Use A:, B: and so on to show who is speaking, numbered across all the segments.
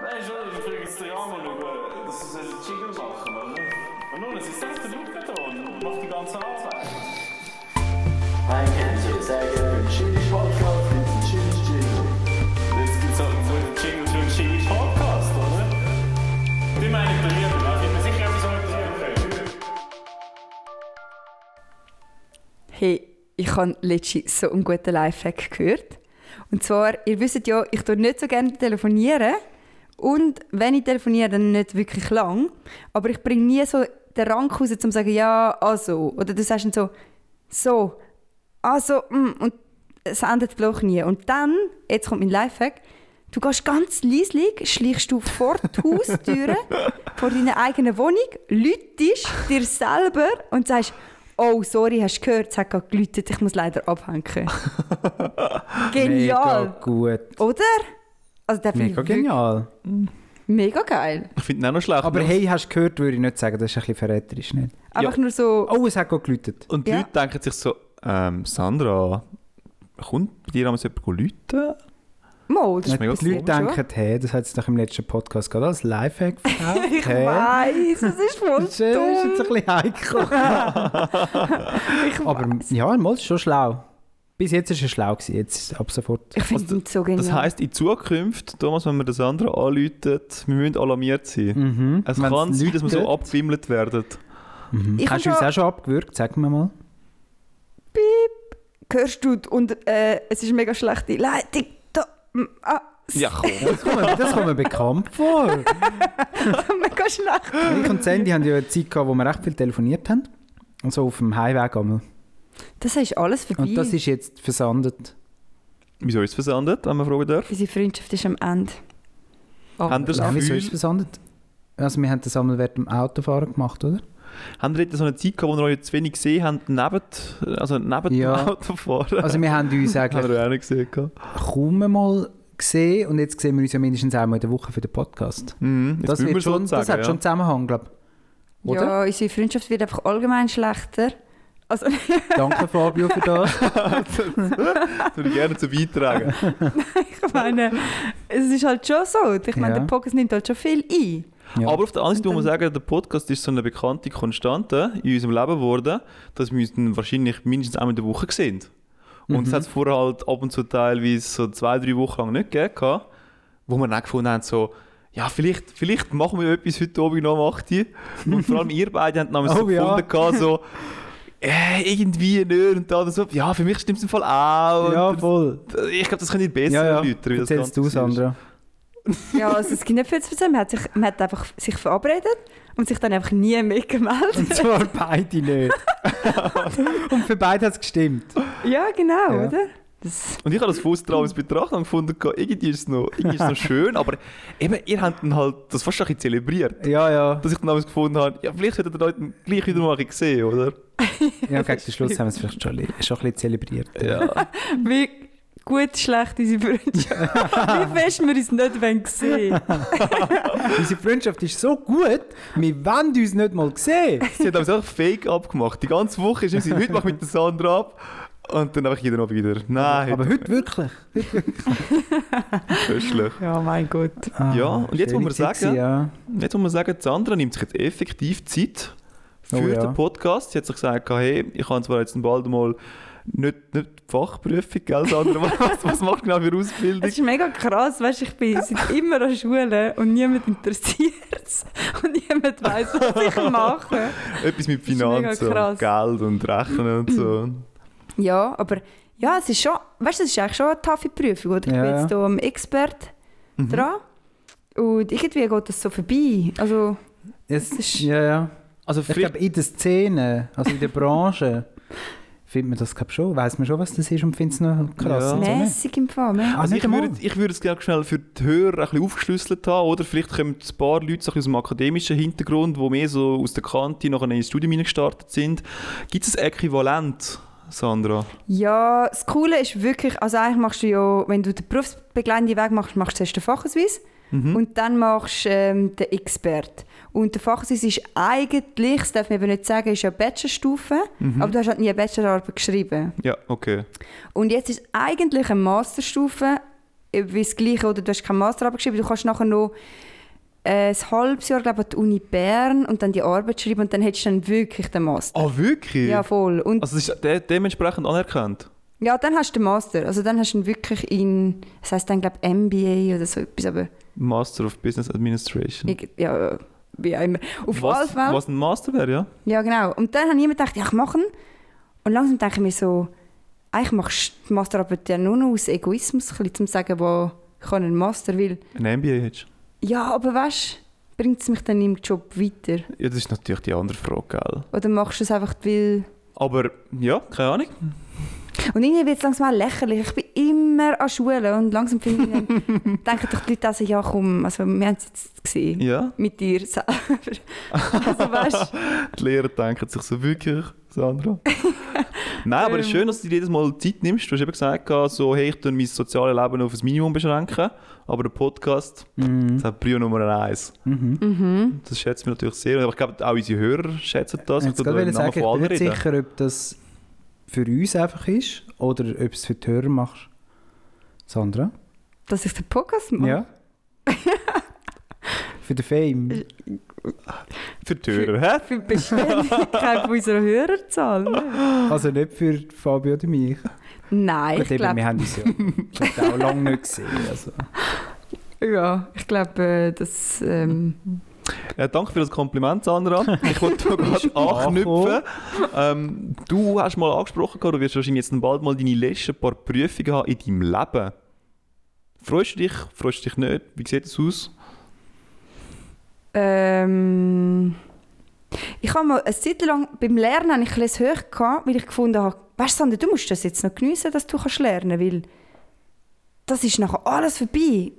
A: Nein, schon, ich bringe jetzt den Rahmen über. Das ist ein Jingle machen, oder? Und nun, es ist selbst der Luke da und macht die ganze Arbeit.
B: Ein Kenntnis, sehr gerne. Schönes Podcast mit einem schönen Jingle.
A: Jetzt gibt es halt so einen Jingle für einen Jingle Podcast, oder? Die meine ich bei mir, da bin mir sicher, dass ich so etwas anfange.
C: Hey, ich habe letztens so einen guten Lifehack gehört. Und zwar, ihr wisst ja, ich tue nicht so gerne telefonieren. Und wenn ich telefoniere, dann nicht wirklich lang. Aber ich bringe nie so den Rang raus, um zu sagen, ja, also. Oder du sagst dann so, so, also, mm, und es endet bloß nie. Und dann, jetzt kommt mein Lifehack, du gehst ganz leislich, schleichst du vor die Haustüre, vor deiner eigenen Wohnung, lütest dir selber und sagst, oh, sorry, hast du gehört, es hat gerade gelütet, ich muss leider abhängen. Genial,
D: Mega gut.
C: oder? Also der finde
D: Mega
C: ich wirklich
D: genial.
C: mega geil.
E: Ich finde ihn auch noch schlecht.
D: Aber
E: ne?
D: hey, hast du gehört, würde ich nicht sagen, das ist ein bisschen verräterisch, nicht?
C: Einfach nur so,
D: Oh, es hat gerade geläutet.
E: Und die
C: Ja.
E: Leute denken sich so, ähm, Sandra, kommt bei dir damals jemand Leute?
C: Mol, das
D: Die
E: ist mega
C: passiert
D: Leute
C: schon.
D: denken, hey, das hat es doch im letzten Podcast gerade als Lifehack verkauft.
C: Ich
D: hey.
C: weiß, das ist voll
D: Das ist äh, ist
C: dumm.
D: jetzt ein bisschen heikel.
C: Ich,
D: Aber ja, mal ist schon schlau. Bis jetzt ist er schlau gewesen, jetzt ab sofort.
C: ich finde
E: Also,
C: es so
D: Genau.
C: genial.
E: Das heisst, in Zukunft, Thomas, wenn wir den Sandra anläutet, wir müssen alarmiert sein.
D: Mhm.
E: Es
D: Wenn's
E: kann sein, dass wir so
D: läutet.
E: abgewimmelt werden.
D: Mhm.
C: Ich
D: Hast du
C: hab
D: uns
C: schon-
D: auch schon abgewürgt? Sag mir mal.
C: hörst du und äh, es ist mega schlechte Leitung. Da, m, ah,
E: Ja, komm.
D: Das kommt, mir- das kommt mir bekannt vor.
C: mega schlecht.
D: Ich und Sandy haben ja eine Zeit gehabt, wo wir recht viel telefoniert haben. Und so auf dem Highway einmal.
C: Das ist alles vorbei.
D: Und das ist jetzt versandet.
E: Wieso ist es versandet, wenn man fragen darf?
C: Unsere Freundschaft ist am Ende. Aber-
E: Haben das
D: Ja, wieso
E: Gefühl-
D: ist es versandet? Also wir haben das einmal während dem Autofahren gemacht, oder?
E: Haben ihr so eine Zeit gehabt, wo ihr euch zu wenig gesehen habt, neben, also neben
D: Ja.
E: dem Autofahren?
D: Also wir haben uns
E: haben
D: eigentlich
E: wir auch nicht gesehen. gehabt.
D: kaum mal gesehen und jetzt sehen wir uns ja mindestens einmal in der Woche für den Podcast.
E: Mhm, jetzt
D: Das,
E: müssen
D: wird
E: wir so
D: schon, das hat
E: sagen,
D: schon einen Zusammenhang, glaube ich. Oder?
C: Ja, unsere Freundschaft wird einfach allgemein schlechter. Also,
D: Danke Fabio für das.
E: ja. Das würde ich gerne zu beitragen.
C: ich meine, es ist halt schon so. Ich meine,
D: Ja.
C: der Podcast nimmt halt schon viel ein.
D: Ja.
E: Aber auf der anderen Seite muss man sagen, der Podcast ist so eine bekannte Konstante in unserem Leben geworden, dass wir uns dann wahrscheinlich mindestens einmal in der Woche sehen. Und
D: Mhm.
E: es hat es vorher halt ab und zu teilweise so zwei, drei Wochen lang nicht gegeben, gehabt, wo wir dann gefunden haben, so, ja, vielleicht, vielleicht machen wir etwas heute Abend noch um 8 Uhr. Und vor allem ihr beide habt damals so
D: Oh ja.
E: gefunden, gehabt, so, äh, irgendwie nicht und dann so, ja, für mich stimmt es im Fall auch.
D: ja,
E: Und
D: voll.
E: das- ich glaube, das können die besser
D: Ja, ja.
E: erläutern. wie das Ganze
D: Erzählst du,
E: war.
D: Sandra.
C: Ja, also es gibt nicht viel zu erzählen. Man hat sich, man hat einfach sich verabredet und sich dann einfach nie mehr gemeldet.
D: Und zwar beide nicht. und für beide hat es gestimmt.
C: Ja, genau,
D: Ja.
C: oder? Das,
E: Und ich habe das Fußtraum betrachtet und gefunden, gehabt, irgendwie ist es noch, irgendwie ist es noch schön, aber eben, ihr habt dann halt das fast ein bisschen zelebriert.
D: Ja, ja.
E: Dass ich dann damals gefunden habe, ja, vielleicht hätten die Leute gleich wieder mal ein bisschen gesehen, oder?
D: Ja, gegen den Schluss haben wir es vielleicht schon, li- schon ein bisschen zelebriert.
E: Ja.
C: wie gut, schlecht unsere Freundschaft. wie fest wir uns nicht wollen sehen
D: Unsere Freundschaft ist so gut, wir wollen uns nicht mal sehen.
E: Sie haben damals einfach fake abgemacht. Die ganze Woche ist es, heute mache ich mit der Sandra ab und dann einfach jeder noch wieder. Nein,
D: Aber heute wirklich.
E: köstlich.
C: Ja, mein Gott.
E: Ja, und jetzt
D: Ah, schöne
E: muss man
D: Zeit
E: sagen-
D: gewesen, ja.
E: Jetzt muss man sagen, die Sandra nimmt sich jetzt effektiv Zeit für
D: Oh ja.
E: den Podcast. Sie hat sich gesagt, hey, ich habe zwar jetzt bald mal nicht, nicht die Fachprüfung, gell, Sandra? Was, was macht genau für Ausbildung?
C: Es ist mega krass, weißt, ich bin seit immer an Schule und niemand interessiert es und niemand weiß, was ich mache.
E: Etwas mit
C: Das ist mega
E: Finanzen, und
C: krass.
E: Geld und Rechnen und so.
C: Ja, aber ja, es ist schon, weißt, es ist eigentlich schon eine taffe Prüfung. Oder? Ich
D: Ja,
C: bin
D: ja.
C: jetzt hier am Expert dran und irgendwie geht das so vorbei. Also,
D: Es, ja, ja.
E: Also
D: Ich glaube, in der Szene, also in der Branche, findet man das glaub, schon. Weiß man schon, was das ist und findet es noch krass.
E: Ja.
D: und so, ne?
C: mäßig im Fall. ne?
D: Ah,
E: also ich
D: nicht einmal.
E: würde, ich würde es gerne schnell für die Hörer ein bisschen aufgeschlüsselt haben, oder vielleicht kommen ein paar Leute so ein bisschen aus dem akademischen Hintergrund, die mehr so aus der Kante nachher ins Studium hineingestartet sind. Gibt es ein Äquivalent, Sandra?
C: Ja, das Coole ist wirklich, also eigentlich machst du ja, wenn du den berufsbegleitenden Weg machst, machst du zuerst den Fachausweis und dann machst du ähm, den Expert. Und der Fachausweis ist eigentlich, das darf man eben nicht sagen, ist ja Bachelorstufe, aber du hast halt nie eine Bachelorarbeit geschrieben.
E: Ja, okay.
C: Und jetzt ist eigentlich eine Masterstufe äh, wie das Gleiche oder du hast keinen Master abgeschrieben, du kannst nachher noch äh, ein halbes Jahr glaube ich, an die Uni Bern und dann die Arbeit schreiben und dann hättest du dann wirklich den Master.
E: Ah, wirklich?
C: Ja, voll. Und
E: Also es ist de dementsprechend anerkannt.
C: ja, dann hast du den Master. Also dann hast du ihn wirklich in, das heisst dann glaube ich MBA oder so etwas, aber
E: Hm. Master of Business Administration.
C: ich, ja, wie auch immer. Auf alle
E: was,
C: Fälle.
E: was ein Master wäre, ja?
C: Ja, genau. Und dann habe ich immer gedacht, ja, ich mache ihn. Und langsam denke ich mir so, ah, eigentlich machst du die Masterarbeit ja nur noch aus Egoismus, ein bisschen, um zu sagen, wo ich habe einen Master will.
E: Ein MBA hättest
C: Ja, aber weißt du, bringt es mich dann im Job weiter?
E: du. Ja, das ist natürlich die andere Frage, gell?
C: Oder machst du es einfach, weil...
E: Aber ja, keine Ahnung.
C: Und irgendwie wird es langsam auch lächerlich. Ich bin immer an Schulen und langsam finde ich dann, denken doch die Leute also, ja komm, also wir haben es jetzt gesehen.
E: Ja.
C: Mit dir selber. also weißt du,
E: Die Lehrer denken sich so wirklich, Sandra. Nein, aber
D: Ähm.
E: es ist schön, dass du dir jedes Mal Zeit nimmst. Du hast eben gesagt, gehabt, so, hey, ich tue mein soziales Leben auf ein Minimum beschränken. Aber der
D: Hm.
E: Podcast,
D: Mhm.
E: das hat Prio Nummer eins. Das schätzen wir natürlich sehr. Aber ich glaube, auch unsere Hörer schätzen das.
D: Jetzt
E: tue da
D: gerade
E: im
D: sagen,
E: Namen
D: ich
E: von
D: bin
E: allen
D: nicht
E: reden.
D: sicher, ob das für uns einfach ist oder ob du es für die Hörer machst. Sandra?
C: dass ich den Podcast mache.
D: Ja? für den Fame?
E: Für die Hörer, hä?
C: Für die Beständigkeit von unserer Hörerzahl. ne?
D: Also nicht für Fabio oder mich.
C: Nein,
D: Gut,
C: ich
D: eben,
C: glaube...
D: wir haben uns ja glaub, auch lange nicht gesehen. Also.
C: Ja, ich glaube, äh, das. Ähm,
E: Ja, danke für das Kompliment, Sandra. Ich wollte da gerade anknüpfen. Ähm, du hast mal angesprochen, gehabt, du wirst wahrscheinlich jetzt bald mal deine letzten paar Prüfungen haben in deinem Leben. Freust du dich? Freust du dich nicht? Wie sieht es aus?
C: ähm, ich habe mal eine Zeit lang beim Lernen habe ich ein bisschen hoch gehabt, weil ich gefunden habe, weißt du, Sandra, du musst das jetzt noch geniessen, dass du kannst lernen, weil das ist nachher alles vorbei.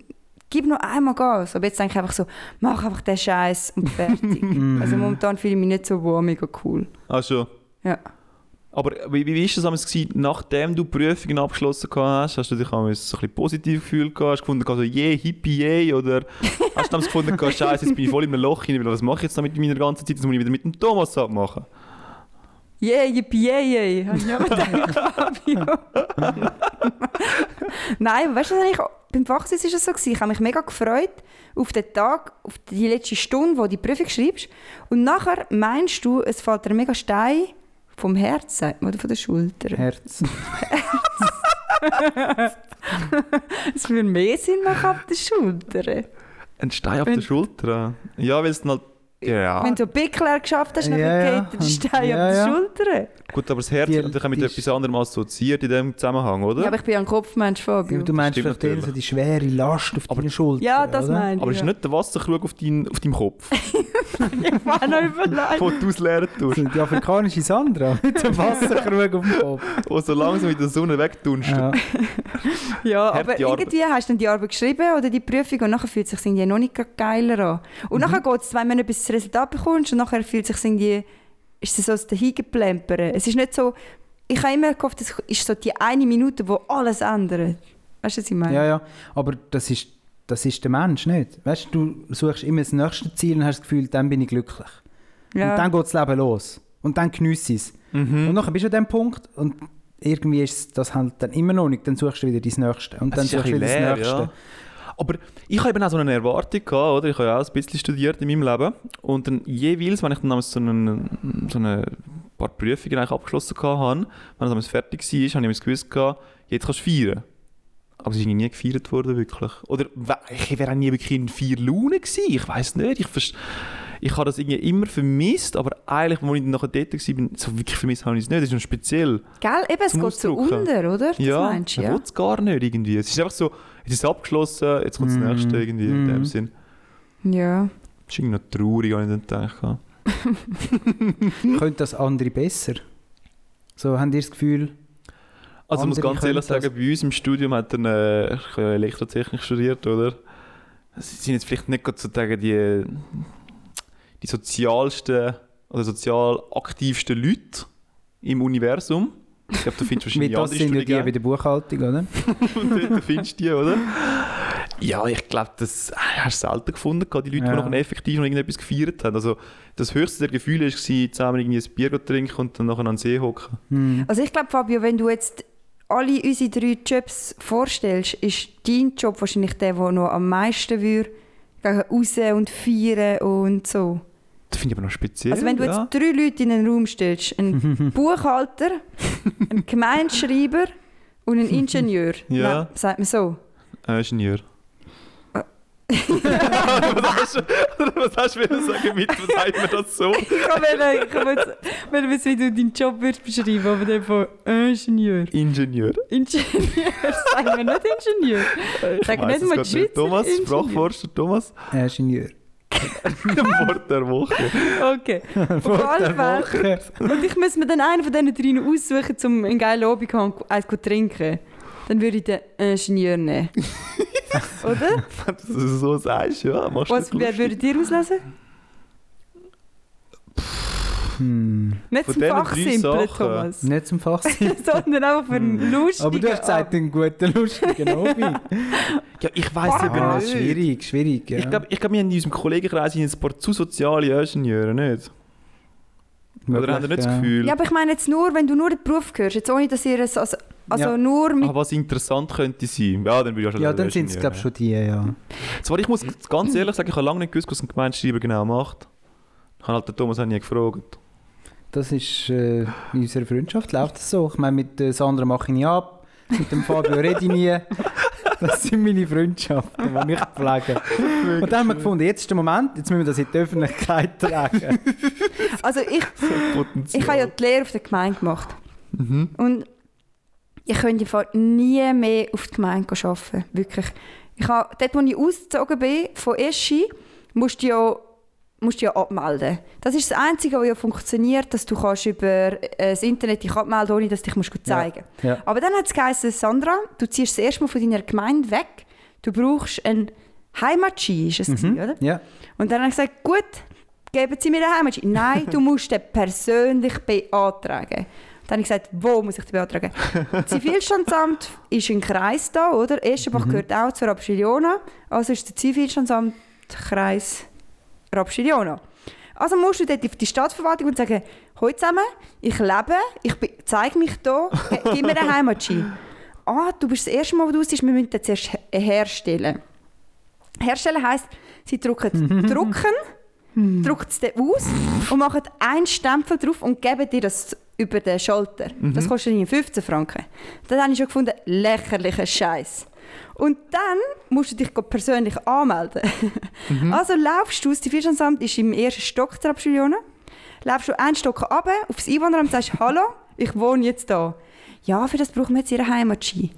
C: Gib noch einmal Gas. Aber jetzt denke ich einfach so, mach einfach den Scheiß und fertig. also momentan fühle ich mich nicht so wow, mega cool.
E: Ah, schon.
C: Ja.
E: Aber wie, wie ist das damals gewesen, nachdem du die Prüfungen abgeschlossen gehabt hast? Hast du dich damals so ein bisschen positiv gefühlt? gehabt? Hast du gefunden, gehabt, so, yeah, hippie, yay? Oder hast du damals gefunden, scheiße, jetzt bin ich voll in einem Loch hinein, weil was mache ich jetzt damit mit meiner ganzen Zeit? Jetzt muss ich wieder mit dem Thomas abmachen.
C: Yay, yippie, yay, yay. Habe ich auch gedacht, Fabio. Nein, weißt du, was eigentlich beim Fachsitz war es so, gewesen. ich habe mich mega gefreut auf den Tag, auf die letzte Stunde, wo du die Prüfung schreibst. Und nachher meinst du, es fällt dir ein mega Stein vom Herz, sagt man, oder von der Schulter.
D: Herz.
C: Es würde mehr Sinn machen ab der Schulter.
E: Ein Stein auf der
C: Wenn-
E: Schulter? Ja, weil es dann halt. Ja.
C: Wenn du Pickler geschafft hast, dann
D: Ah. Ja, ja.
C: geht dir der Stein
D: Ja,
C: ab der
D: ja.
C: Schulter.
E: Gut, aber das Herz
D: Die-
E: wird natürlich auch mit
D: die-
E: etwas anderem assoziiert in diesem Zusammenhang, oder?
C: Ja, aber ich bin ja ein Kopfmensch, Fabio.
D: Ja, du meinst
E: stimmt
D: vielleicht eher so
E: natürlich.
D: die schwere Last auf deine Schulter.
C: Ja, das
D: oder?
C: meine ich.
E: aber es ist
C: ja.
E: nicht der Wasserkrug auf, dein, auf deinem Kopf,
C: Ich war noch überlegt.
E: wo du ausleeren tust,
D: Die afrikanische Sandra mit dem Wasserkrug auf dem Kopf.
E: wo so langsam mit der Sonne wegtunst.
D: Ja.
C: Ja,
E: Harte
C: aber
E: Arbeit.
C: irgendwie hast du dann die Arbeit geschrieben oder die Prüfung und nachher fühlt es sich irgendwie noch nicht gerade geiler an. Und nachher geht es zwei Monate, bis du das Resultat bekommst und nachher fühlt es sich irgendwie, ist es so aus dahin geplempert. Es ist nicht so, ich habe immer gehofft, es ist so die eine Minute, wo alles ändert. Weißt du, was ich meine?
D: ja, ja. Aber das ist, das ist der Mensch nicht. Weißt du, du suchst immer das nächste Ziel und hast das Gefühl, dann bin ich glücklich.
C: Ja.
D: Und dann geht das Leben los. Und dann geniesse ich es. Und nachher bist du an dem Punkt und irgendwie ist es das halt dann immer noch nicht. Dann suchst du wieder dein Nächste. Und
E: Es
D: dann
E: ist ein
D: suchst du
E: bisschen
D: wieder
E: leer,
D: das Nächste.
E: ja. Aber ich habe eben auch so eine Erwartung gehabt, oder? Ich habe ja auch ein bisschen studiert in meinem Leben. Und dann jeweils, wenn ich dann damals so, einen, so eine paar Prüfungen eigentlich abgeschlossen gehabt habe, wenn es damals fertig war, habe ich damals gewusst, gehabt, jetzt kannst du feiern. Aber es ist irgendwie nie gefeiert worden, wirklich. Oder we- ich wäre auch nie wirklich in vier Laune gewesen. Ich weiß nicht. Ich, vers- ich habe das irgendwie immer vermisst, aber eigentlich, als ich dann nachher dort war, so wirklich vermisst habe ich es nicht. Das ist schon speziell.
C: Gell? Eben, es
E: Zum
C: geht so
E: Ausdrucken.
C: unter, oder? Das
E: Ja, man
C: meinst du, ja?
E: will es gar nicht irgendwie. Es ist einfach so, jetzt ist es abgeschlossen, jetzt kommt das
D: Mm.
E: nächste irgendwie in
D: Mm.
E: dem Sinn.
C: Ja.
E: Das ist irgendwie noch traurig, habe ich dann gedacht. habe.
D: Können das andere besser? So, habt ihr das Gefühl,
E: Also ich muss
D: Andere
E: ganz ehrlich
D: können das.
E: sagen, bei uns im Studium hat dann, äh, ich habe ja Elektrotechnik studiert, oder? Sie sind jetzt vielleicht nicht gerade sozusagen die, die sozialsten oder sozial aktivsten Leute im Universum. Ich glaube, du findest wahrscheinlich
D: wie das
E: andere
D: sind ja die
E: Studiengänge.
D: bei der Buchhaltung, oder?
E: Und dort findest du die, oder? Ja, ich glaube, das äh, hast du selten gefunden, gerade die Leute,
D: Ja.
E: die noch effektiv noch irgendetwas gefeiert haben. Also das höchste der Gefühle war, zusammen irgendwie ein Bier zu trinken und dann nachher an den See hocken.
D: Hm.
C: Also ich glaube, Fabio, wenn du jetzt alle unsere drei Jobs vorstellst, ist dein Job wahrscheinlich der, der noch am meisten würde. Gehen raus und feiern und so.
E: Das finde ich aber noch speziell.
C: Also wenn du
E: ja.
C: jetzt drei Leute in einen Raum stellst, einen Buchhalter, einen Gemeinschreiber und einen Ingenieur,
E: Ja.
C: Nein, sagt man so.
E: Äh, Ingenieur.
C: Ah.
E: was hast du was hast du wieder sagen mit, was sagt man das so?
C: Ich kann wollte- ich wollte- wenn du- wie du deinen Job würdest beschreiben, aber dann von Ingenieur.
E: Ingenieur.
C: Ingenieur, sagen wir nicht Ingenieur.
E: Ich
C: Sag
E: weiss
C: nicht
E: es
C: mal
E: grad
C: Schweizer
E: Thomas,
C: Ingenieur.
E: Sprachforscher Thomas,
D: Äh, Ingenieur.
E: Wort der Woche.
C: Okay. Auf alle Fälle. Und ich müsste mir dann einen von diesen dreien aussuchen, um einen geilen Abend zu haben und eins zu trinken. Dann würde ich den äh, Ingenieur nehmen. Oder?
E: Wenn du das so sagst, ja, machst du
C: Was,
E: das
C: wer
E: lustig.
C: würde dir auslesen?
D: Hm.
C: Nicht
E: Von diesen
C: zum
E: drei
C: Fachsimpeln,
E: Sachen.
C: Thomas.
D: Nicht zum Fach.
C: Sondern einfach für einen lustigen
D: Hm. Aber du hast gesagt, einen guten, lustigen Abend.
E: Ja, ich weiß
C: Ah,
E: aber
D: Ah,
E: nicht.
D: schwierig, schwierig. Ja.
E: Ich glaube, ich glaub, wir haben in unserem Kollegenkreis ein paar zu soziale Ingenieure, nicht? Oder haben wir nicht das Gefühl?
C: Ja, aber ich meine jetzt nur, wenn du nur den Beruf hörst, jetzt ohne, dass ihr es... Also, also
D: Ja.
C: nur mit...
E: Ah, was interessant könnte sein. Ja, dann würde ich auch schon
D: Ja,
E: sagen,
D: dann sind es,
E: Ingenieur.
D: glaube ich, schon die, ja.
E: Zwar, ich muss ganz ehrlich sagen, ich habe lange nicht gewusst, was ein Gemeinschreiber genau macht. Ich habe halt den Thomas auch nie gefragt.
D: Das ist, äh, in unserer Freundschaft läuft das so. Ich meine, mit äh, Sandra mache ich nie ab, mit dem Fabio rede ich nie. Das sind meine Freundschaften, die mich pflegen. Und dann haben wir gefunden, jetzt ist der Moment, jetzt müssen wir das in die Öffentlichkeit tragen.
C: Also ich,
E: Potenzial.
C: ich habe ja die Lehre auf der Gemeinde gemacht.
E: Mhm.
C: Und ich könnte im Fall nie mehr auf die Gemeinde arbeiten. Wirklich. Ich habe, dort, wo ich ausgezogen bin, von Eschi, musst du ja, musst du ja abmelden. Das ist das Einzige, was ja funktioniert, dass du kannst über äh, das Internet dich abmelden ohne dass du dich musst gut zeigen musst.
D: Ja.
C: Aber dann hat es geheißen, Sandra, du ziehst das erste Mal von deiner Gemeinde weg. Du brauchst einen Heimatschein, ist es, gewesen, oder?
D: Mhm. Ja.
C: Und dann habe ich gesagt, gut, geben Sie mir den Heimatschein. Nein, du musst den persönlich beantragen. Dann habe ich gesagt, wo muss ich den beantragen? Das Zivilstandsamt ist ein Kreis da, oder? Eschenbach gehört auch zur Rapschiliona. Also ist der Zivilstandsamt Kreis Rapschiliona. Also musst du dort auf die Stadtverwaltung und sagen, «Hoi zusammen, ich lebe, ich bin, zeig mich hier, ge- gib mir den Heimatschein.» «Ah, du bist das erste Mal, wo du aus bist, wir müssen den zuerst her- herstellen.» Herstellen heisst, sie drucken, drucken, druckt es dann aus und machen einen Stempel drauf und geben dir das über den Schalter. Das kostet ihnen 15 Franken. Dann habe ich schon gefunden, lächerlicher Scheiß. Und dann musst du dich go persönlich anmelden.
E: Mhm.
C: Also laufst du, das Zivilstandsamt ist im ersten Stock der Abschulionen, laufst du einen Stock runter aufs Einwohneramt und sagst, «Hallo, ich wohne jetzt da.» «Ja, für das brauchen wir jetzt Ihren Heimatschein.»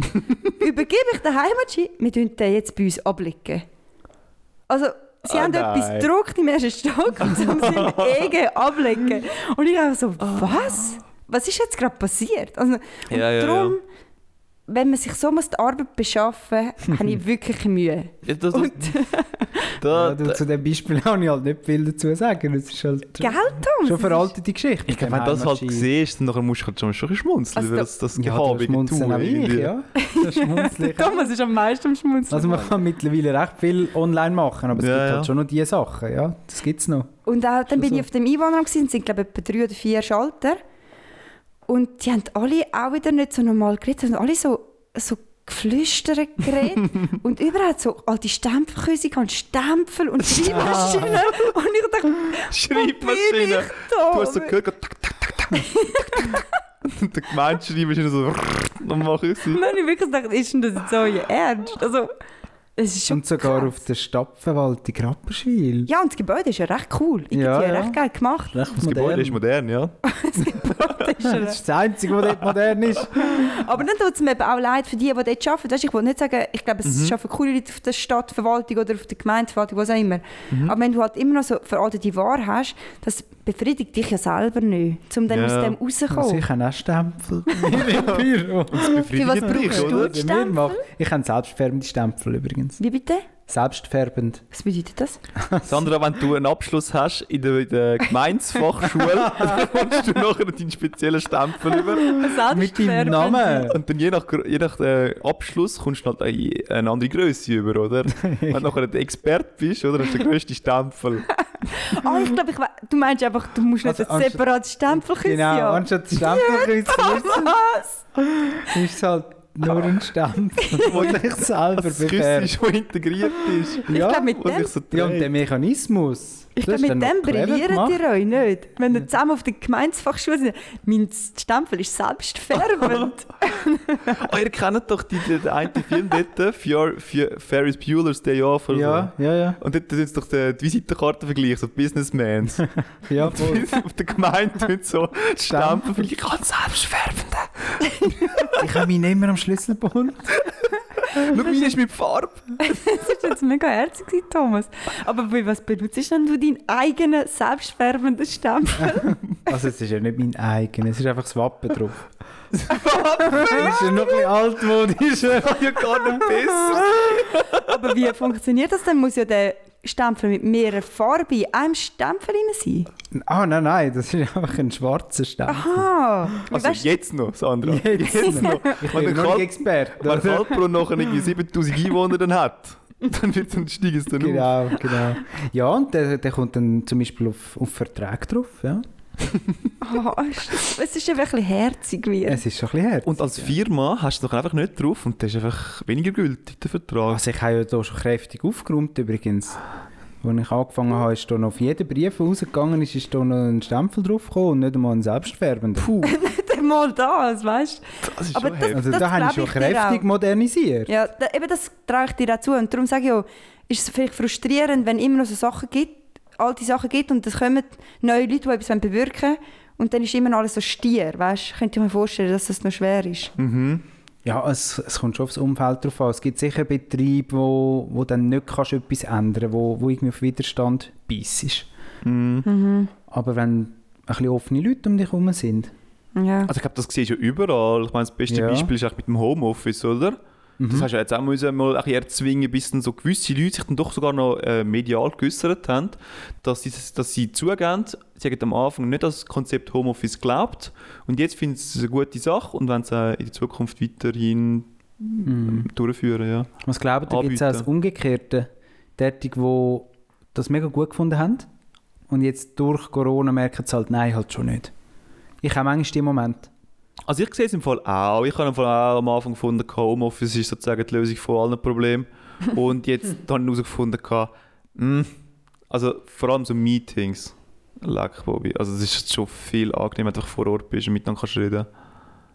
C: «Übergebe ich den Heimatschein? Wir tun den jetzt bei uns ablicken.» Also, sie
E: Ah,
C: haben
E: nein.
C: etwas gedruckt im ersten Stock und haben sie Egen ablicken. Und ich habe so,
E: Ah.
C: «Was? Was ist jetzt gerade passiert?» also, Und
E: Ja, ja,
C: darum, wenn man sich so muss die Arbeit beschaffen muss, habe ich wirklich Mühe.
E: Ja, das, das,
C: Und,
E: da,
D: ja du,
E: da,
D: zu dem Beispiel kann ich halt nicht viel dazu sagen. Das ist halt
C: gell, Thomas?
D: schon veraltete Geschichte.
E: ich glaube, wenn du das halt siehst, dann nachher musst du halt schon schon ein bisschen schmunzeln,
C: Also
E: weil
C: da-
E: das, das
D: ja, das
E: gehabige
D: schmunzeln auch ich,
E: irgendwie.
D: ja. Das schmunzle ich.
C: Thomas ist am meisten am Schmunzeln.
D: Also man kann mittlerweile recht viel online machen, aber es
E: Ja,
D: gibt
E: ja.
D: halt schon noch diese Sachen, ja. Das gibt es noch.
C: Und auch, dann bin
D: so.
C: ich auf dem Einwohner gewesen, es sind glaube ich etwa drei oder vier Schalter. Und die haben alle auch wieder nicht so normal geredet, sondern alle so, so geflüstert geredet. und überall so alte Stempelküsse und Stempel und Schreibmaschinen. und ich dachte, wo bin
E: Schreibmaschine!
C: ich da?
E: Du hast so gehört, tak, tak, tak, tak, tak, tak. Und der Gemeinschreiber ist immer so, dann mache ich sie.
C: Und dann habe ich wirklich gedacht, ist denn das jetzt so euer Ernst? Also, es ist schon
D: Und sogar
C: krass.
D: auf der Stadtverwaltung Rapperswil.
C: Ja, und das Gebäude ist ja recht cool. Ich
D: Ja,
C: ja, ja
D: ja.
C: recht geil gemacht.
D: Recht
E: Das Gebäude ist modern, ja.
C: Das ist ja
D: Das ist das Einzige, was dort modern ist.
C: Aber dann tut es mir eben auch leid für die, die dort arbeiten. Weißt, ich will nicht sagen, ich glaube,
D: Mhm.
C: es arbeiten coole Leute auf der Stadtverwaltung oder auf der Gemeindeverwaltung, was auch immer.
D: Mhm.
C: Aber wenn du halt immer noch so veraltete Ware hast, das befriedigt dich ja selber nicht, um dann
E: Ja.
C: aus dem
D: Also
C: rauszukommen.
D: ich habe auch Stempel im Büro.
C: Für was
E: Befriedigt dich,
C: brauchst du
E: oder?
C: einen Stempel?
D: Ich habe selbstfärbende Stempel übrigens.
C: Wie bitte?
D: Selbstfärbend.
C: Was bedeutet das?
E: Sandra, wenn du einen Abschluss hast in der, in der Gemeinsfachschule, dann kommst du nachher deinen speziellen Stempel über.
D: Mit deinem Namen.
E: Und dann je nach, Gr- je nach äh, Abschluss kommst du halt eine, eine andere Größe über, oder? Wenn du nachher ein Experte bist, oder? Hast du den grössten Stempel.
C: Ah, ich glaube, ich we- du meinst einfach, du musst nicht
D: Also
C: ein
D: anstatt-
C: separates Stempelküsse
D: Genau,
C: haben.
D: anstatt Stempelkreuz
C: Was?
D: ist es halt nur ein Stempel, wo dich selber
E: Das Küssen
D: befährst.
E: ist, das integriert ist.
C: Ich
D: Ja,
C: glaube, mit
E: Wo
C: dem,
E: sich so
D: Ja, und der
E: dreht.
D: Mechanismus.
C: ich glaub,
D: das ist
C: mit
D: dann noch
C: dem
D: clever
C: brilliert
D: gemacht.
C: ihr euch nicht. Wenn ihr zusammen auf der Gemeinsfachschule seid, mein Stempel ist selbstfärbend.
E: Oh, ihr kennt doch die- den einen Film dort, Fior, Fior, Ferris Bueller's Day Off oder
D: Ja, ja, ja.
E: so. Und dort tun sie doch die, die Visitenkarten vergleichen, so Businessmans.
D: ja voll.
E: auf der Gemeinde und so stampfen, weil ich kann selbst färben.
D: ich habe mich nicht mehr am Schlüsselbund.
E: Schau, meine ist mit Farbe.
C: Das ist jetzt mega herzig, gewesen, Thomas. Aber bei was benutzt denn du deinen eigenen selbstfärbenden Stempel?
D: Also es ist ja nicht mein eigenes, es ist einfach das Wappen drauf. Das Wappen? ist ja noch ein bisschen altmodisch.
E: Kann ja gar nicht besser.
C: Aber wie funktioniert das denn? Muss ja der Stempel mit mehreren Farben in einem Stempel drin sein?
D: Ah, nein, nein, das ist einfach ein schwarzer Stempel.
C: Ah,
E: Also
C: weißt,
E: jetzt noch, Sandra.
D: Jetzt, noch. Ich
E: Wenn
D: bin
E: der
D: noch
E: Kal-
D: nicht Experte.
E: Wenn
D: oder?
E: Alpro noch irgendwie 7000 Einwohner dann hat, dann, wird, dann steigt es dann auf.
D: Genau, genau. Ja, und der, der kommt dann zum Beispiel auf, auf Verträge drauf. Ja.
C: ah, ist- es ist einfach ein bisschen herzig. Wie.
D: Es ist schon ein bisschen hart.
E: Und als Firma hast du doch einfach nicht drauf und das ist einfach weniger gültig, der Vertrag.
D: Also ich habe ja hier schon kräftig aufgeräumt übrigens. Als ich angefangen habe, ist hier noch auf jeden Brief, der rausgegangen ist, ist hier noch ein Stempel draufgekommen und nicht einmal ein selbstfärbender. Puh,
C: Nicht mal das, weißt du?
E: Das ist
C: aber
E: schon
C: das-
E: heftig.
D: also da habe
C: glaub
D: ich schon
C: ich dir
D: kräftig
C: auch.
D: modernisiert.
C: Ja, da, eben das traue ich dir auch zu. Und darum sage ich auch, ist es vielleicht frustrierend, wenn immer noch so Sachen gibt, alte Sachen gibt und es kommen neue Leute, die etwas bewirken wollen. Und dann ist immer noch alles so stier, weißt du? Könnt ihr mir vorstellen, dass das noch schwer ist?
D: Ja, es, es kommt schon aufs Umfeld drauf an. Es gibt sicher Betriebe, wo, wo dann nicht kannst etwas ändern kannst, wo, wo irgendwie auf Widerstand beißt.
C: Mhm.
D: Aber wenn ein bisschen offene Leute um dich herum sind,
C: Ja.
E: Also ich glaube, das siehst du ja überall. Ich meine, das beste
D: Ja.
E: Beispiel ist auch mit dem Homeoffice, oder? Das hast du ja jetzt auch müssen mal ein bisschen erzwingen, bis dann so gewisse Leute sich dann doch sogar noch äh, medial geäussert haben, dass sie, dass sie zugeben, sie haben am Anfang nicht an das Konzept Homeoffice geglaubt und jetzt finden sie es eine gute Sache und wollen es auch in der Zukunft weiterhin
D: Mhm.
E: ähm, durchführen, ja.
D: was glaubt ihr, gibt es auch das
E: Anbieten.
D: Umgekehrte? Derartig, die das mega gut gefunden haben und jetzt durch Corona merken sie halt, nein, halt schon nicht. Ich habe manchmal die Moment.
E: Also ich sehe es im Fall auch. Ich habe im Fall auch am Anfang gefunden, gehabt, Homeoffice ist sozusagen die Lösung von allen Problemen. Und jetzt habe ich herausgefunden, gehabt, mm, also vor allem so Meetings, leck Bobby. Also es ist jetzt schon viel angenehmer, wenn du vor Ort bist und miteinander kannst reden.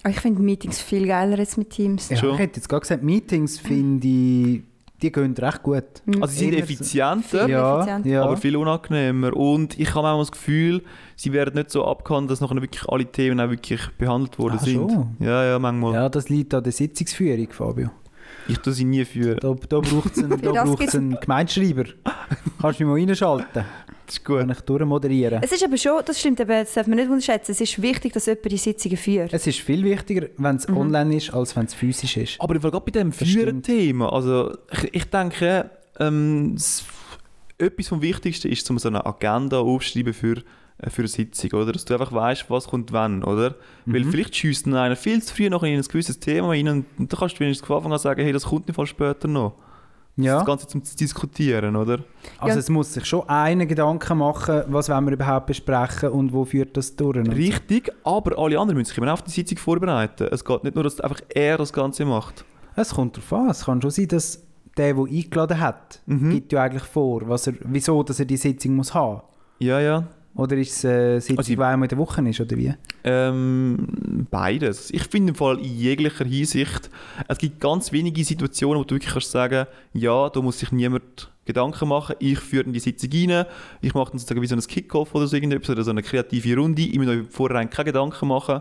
C: Ah, Ich finde Meetings viel geiler jetzt mit Teams.
D: Ja,
E: Schon.
D: ich hätte jetzt gerade gesagt, Meetings finde ich, die gehen recht gut.
E: Also sie sind
D: Eher so-
E: effizienter,
D: Ja,
C: effizient.
D: ja.
E: aber viel unangenehmer. Und ich habe auch das Gefühl, sie werden nicht so abgehandelt, dass nachher wirklich alle Themen auch wirklich behandelt worden
D: Ah,
E: sind.
D: schon?
E: Ja, ja, manchmal.
D: ja, das liegt an der Sitzungsführung, Fabio.
E: Ich tue sie nie führen.
D: Da, da braucht es einen,
C: Für das
D: da braucht's
C: gibt's-
D: einen Gemeindeschreiber. Kannst du mich mal reinschalten?
E: Das ist gut.
D: Kann ich durchmoderieren.
C: Es ist aber schon, das stimmt, eben, das darf man nicht unterschätzen. Es ist wichtig, dass jemand die Sitzungen führt.
D: Es ist viel wichtiger, wenn
C: Mhm.
D: es online ist, als wenn es physisch ist.
E: Aber ich war gerade bei diesem
D: Das stimmt.
E: Führen-Thema. Also, ich, ich denke, ähm, s- etwas vom Wichtigsten ist, um so eine Agenda aufschreiben für, äh, für eine Sitzung, oder? Dass du einfach weißt, was kommt wann, oder?
D: Mhm.
E: Weil vielleicht schiesst dann einer viel zu früh noch in ein gewisses Thema rein und und dann kannst du wenigstens von Anfang an sagen, hey, das kommt im Fall später noch.
D: Ja,
E: Das Ganze zum zu diskutieren, oder?
D: also es muss sich schon einen Gedanken machen, was wollen wir überhaupt besprechen und wo führt das durch. und so.
E: Richtig, aber alle anderen müssen sich immer auf die Sitzung vorbereiten. Es geht nicht nur, dass einfach er das Ganze macht.
D: Es kommt darauf an. Es kann schon sein, dass der, der eingeladen hat,
E: Mhm.
D: gibt ja eigentlich vor, was er, wieso dass er die Sitzung muss haben
E: Ja, ja.
D: Oder ist es eine Sitzung,
E: Also ich-
D: die einmal in der Woche ist, oder wie?
E: Ähm, beides. Ich finde im Fall in jeglicher Hinsicht, es gibt ganz wenige Situationen, wo du wirklich kannst sagen, ja, da muss sich niemand Gedanken machen, ich führe in die Sitzung rein, ich mache dann sozusagen wie so ein Kick-Off oder so irgendetwas oder so eine kreative Runde, ich muss euch vorher keine Gedanken machen,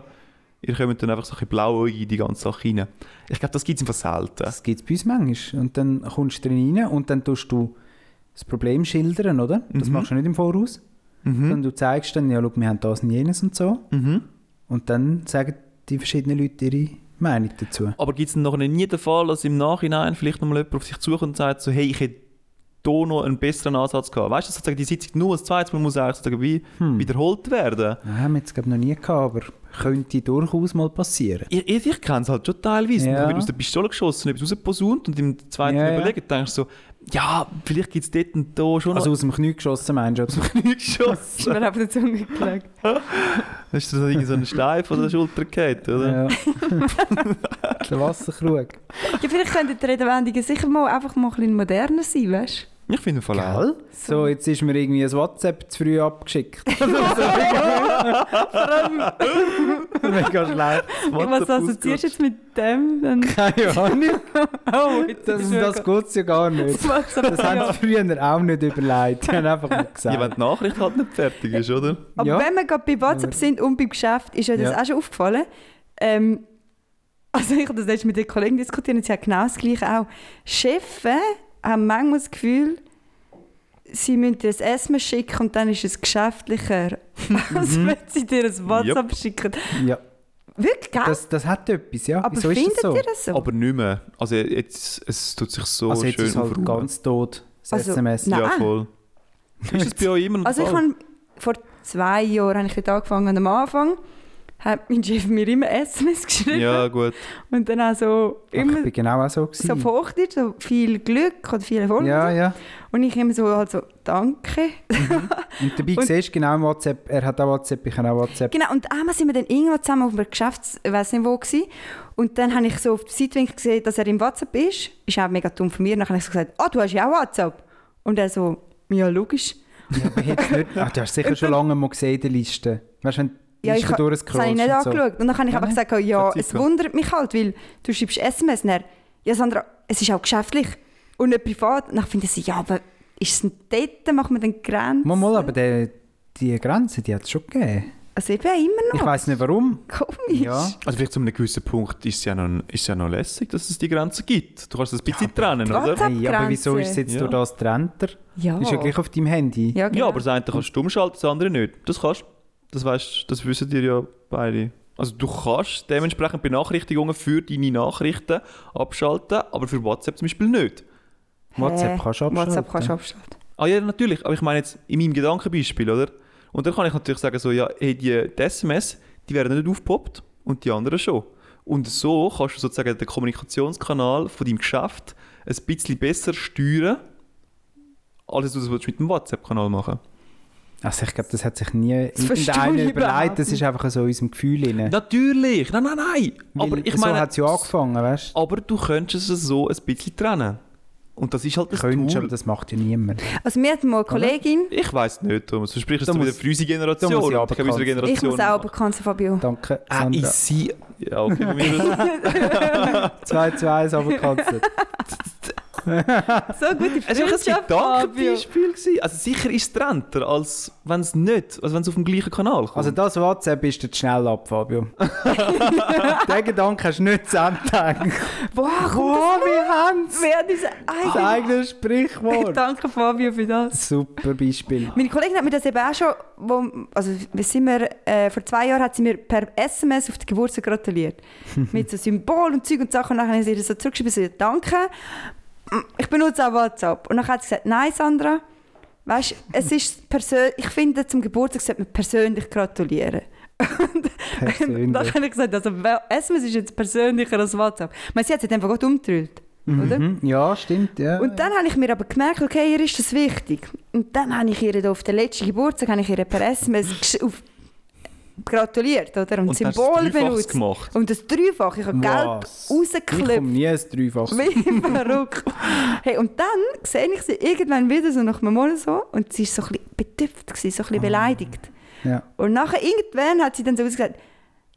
E: ihr kommt dann einfach so ein bisschen blauäugig in die ganze Sache rein. Ich glaube, das gibt es im Fall selten.
D: Das gibt es bei uns manchmal. Und dann kommst du drin rein und dann tust du das Problem schildern, oder? Das
E: Mhm.
D: machst du nicht im Voraus. Sondern du zeigst dann, ja, schau, wir haben das und jenes und so.
E: Mhm.
D: Und dann sagen die verschiedenen Leute ihre Meinung dazu.
E: Aber gibt es noch nie den Fall, dass im Nachhinein vielleicht nochmal jemand auf sich zukommt und sagt, so, hey, ich hätte hier noch einen besseren Ansatz gehabt. Weißt du,
D: Hm.
E: dass sozusagen die Sitzung nur ein zweites Mal muss eigentlich sozusagen wie wiederholt werden.
D: Ah, Nein, haben wir jetzt glaub, noch nie gehabt, aber könnte durchaus mal passieren.
E: Ich, ich, ich kenne es halt schon teilweise.
D: Ja.
E: Da wird aus der Pistole geschossen, etwas rausgeposaunt und im zweiten
D: Ja, ja.
E: überlegen, denkst du so, ja, vielleicht gibt es dort und da schon
D: Also
E: noch
D: aus dem Knie geschossen, meinst du? oder?
E: nicht geschossen.
C: Ist mir auf der Zunge gelegt.
E: Dann ist dir noch irgendwie so ein Stein von der Schulter gefallen, oder?
D: Ja. Der Wasserkrug.
C: Ja, vielleicht könnten die Redewendungen sicher mal einfach mal ein bisschen moderner sein, weißt
E: Ich finde im Fall auch.
D: Gell? So, jetzt ist mir irgendwie ein WhatsApp zu früh abgeschickt.
C: Oh
D: Mega Oh schlecht.
C: du? Was assoziierst du jetzt mit dem? Dann,
D: Keine Ahnung.
C: oh, jetzt
D: Das,
C: ist es
D: das geht ja gar nicht.
C: Das macht's aber
D: Das haben sie früher auch nicht überlegt. Die haben einfach nur gesagt.
E: Ja, wenn die Nachricht halt nicht fertig ist, oder?
C: Aber
D: Ja.
C: wenn wir gerade bei WhatsApp
D: Aber-
C: sind und beim Geschäft, ist euch das
D: Ja.
C: auch schon aufgefallen? Ähm, also ich habe das letztens mit den Kollegen diskutiert und sie haben genau das Gleiche auch. Chefs haben manchmal das Gefühl, sie müssen dir ein SMS schicken und dann ist es geschäftlicher, als
D: Mhm.
C: wenn sie dir ein WhatsApp schicken.
D: ja.
C: Wirklich, gell?
D: Das, das hat etwas, ja.
C: Aber
D: Wieso ist
C: findet
D: das so?
C: ihr das so?
E: Aber nicht mehr. Also jetzt, es tut sich so
D: also jetzt
E: schön
D: ist halt
E: aufräumen.
D: ganz Ah! tot, das
C: Also,
D: SMS.
C: nein.
E: Ja, voll. Ist es bei euch immer noch
C: Also ich
E: der Fall?
C: habe vor zwei Jahren habe ich dort angefangen und am Anfang hat mein Chef mir immer SMS geschrieben
E: Ja, gut.
C: und dann auch so
D: Ach, ich
C: immer
D: bin genau auch so gewesen.
C: so fruchtet, so viel Glück und viel Erfolg.
D: ja,
C: und,
D: ja.
C: so. und ich immer so, also danke.
D: Und dabei
C: Und-
D: siehst du genau im WhatsApp, er hat auch WhatsApp, ich habe auch WhatsApp.
C: genau, und einmal sind wir dann irgendwo zusammen auf einem Geschäfts-, ich weiss nicht wo, gewesen. und dann habe ich so auf die Seitwinkel gesehen, dass er im WhatsApp ist. Ist auch mega dumm von mir. Dann habe ich so gesagt, ah, du hast ja auch WhatsApp. Und er so, ja, logisch.
D: Ja, aber jetzt nicht, ah, du hast sicher schon lange mal gesehen in der Liste. Weißt du, wenn die
C: Ja, ich
D: Liste
C: ha- das habe ich
D: durchscrollst
C: nicht
D: und so.
C: angeschaut. Und dann habe ich
D: Ja,
C: einfach
D: nein.
C: gesagt, oh ja,
E: Keine Zeit
C: es
E: gehabt.
C: wundert mich halt, weil du schreibst SMS und er, ja Sandra, es ist auch geschäftlich und nicht privat. Und dann finde ich so, ja, aber ist es denn dort, machen wir dann Grenzen?
D: Mal, mal, aber der, die Grenze, die hat es schon gegeben.
C: Also eben immer
D: Ich
C: noch.
D: weiss nicht warum.
C: Komisch.
D: Ja.
E: Also vielleicht zu einem gewissen Punkt ist es ja noch, ist es ja noch lässig, dass es die Grenze gibt. Du kannst es ein bisschen trennen, oder?
C: WhatsApp-
D: Hey, aber wieso ist es jetzt
E: Ja.
D: durch das trennter?
C: Ja.
D: Ist ja gleich auf deinem Handy.
C: Ja,
E: Ja,
C: genau.
E: aber das eine kannst du stumm schalten, das andere nicht. Das kannst du. Das weißt das wissen dir ja beide. Also du kannst dementsprechend Benachrichtigungen für deine Nachrichten abschalten, aber für WhatsApp zum Beispiel nicht.
D: WhatsApp
C: Hä?
D: kannst du
C: WhatsApp
D: abschalten.
C: kannst du abschalten.
E: Ah ja, natürlich. Aber ich meine jetzt in meinem Gedankenbeispiel, oder? Und dann kann ich natürlich sagen, so, ja, hey, die, die SMS, die werden nicht aufgepoppt und die anderen schon. Und so kannst du sozusagen den Kommunikationskanal von deinem Geschäft ein bisschen besser steuern, als du das willst mit dem WhatsApp-Kanal machen
D: Also ich glaube, das hat sich nie
C: verstehe
D: irgendeiner
C: ich überhaupt
D: überlegt. Das ist einfach so in unserem Gefühl. Rein.
E: Natürlich! Nein, nein, nein!
D: Weil
E: aber ich
D: so
E: meine,
D: hat es ja angefangen, weißt
E: aber du könntest es so ein bisschen trennen. Und das ist halt
D: du?
E: das
D: Könntest, aber
E: Tool.
D: das macht ja niemand.
C: Also mir hat mal eine Kollegin,
E: Ich weiß nicht, Thomas. Du sprichst
D: Da
E: es wieder
D: muss-
E: für unsere Generation.
D: da muss ich
E: und
D: aber
E: habe unsere
D: tanzen.
E: Generation
C: ich muss auch aber kannst Fabio.
D: Danke,
E: Ah, ich
D: Sandra.
E: sie. Ja, okay, bei mir ist es-
D: 2 zu 1 abgekanzelt.
C: So gute
E: Es war
C: Freundschaft,
E: ein
C: Fabio.
E: Gedankenbeispiel. gewesen. Also sicher ist es trennter, als wenn es nicht, als wenn es auf dem gleichen Kanal kommt.
D: Also das WhatsApp ist der schnell ab, Fabio. Den Gedanken hast du nicht zu Ende gedacht.
C: Wow,
D: Oh,
C: komm,
D: wir haben
C: das wäre unser
D: das
C: eigenes...
D: eigene Sprichwort.
C: Danke Fabio für das.
D: Super Beispiel.
C: Meine Kollegin hat mir das eben auch schon, wo, also wie sind wir, äh, vor zwei Jahren hat sie mir per SMS auf die Geburtstag gratuliert. Mit so Symbol und Zeug und Sachen. Und dann habe ich ihr so zurückgeschrieben, so, danke, ich benutze auch WhatsApp. Und dann hat sie gesagt, nein Sandra, weißt, es ist persönlich, ich finde zum Geburtstag sollte man persönlich gratulieren.
D: Persönlich.
C: Und dann habe ich gesagt, also wel- SMS ist jetzt persönlicher als WhatsApp. Ich meine, sie hat sich einfach gut umgedreht, oder?
D: Mhm. Ja, stimmt. Ja.
C: Und dann habe ich mir aber gemerkt, okay, ihr ist das wichtig. Und dann habe ich ihr da auf den letzten Geburtstag habe ich ihr per SMS gesch- auf gratuliert, oder? Und,
E: Und dann hast du
C: Symbol
E: ein Dreifaches
C: benutzt.
E: gemacht.
C: Und das Dreifach. Ich habe
D: Was?
C: Geld
D: Ich komme
C: rausgeklippt.
D: nie ein Dreifaches.
C: Wie verrückt. Hey, und dann sehe ich sie irgendwann wieder, so nach einem Monat so, und sie war so ein bisschen betüpft, gewesen, so ein bisschen beleidigt.
D: Ja.
C: Und nachher irgendwann hat sie dann so gesagt,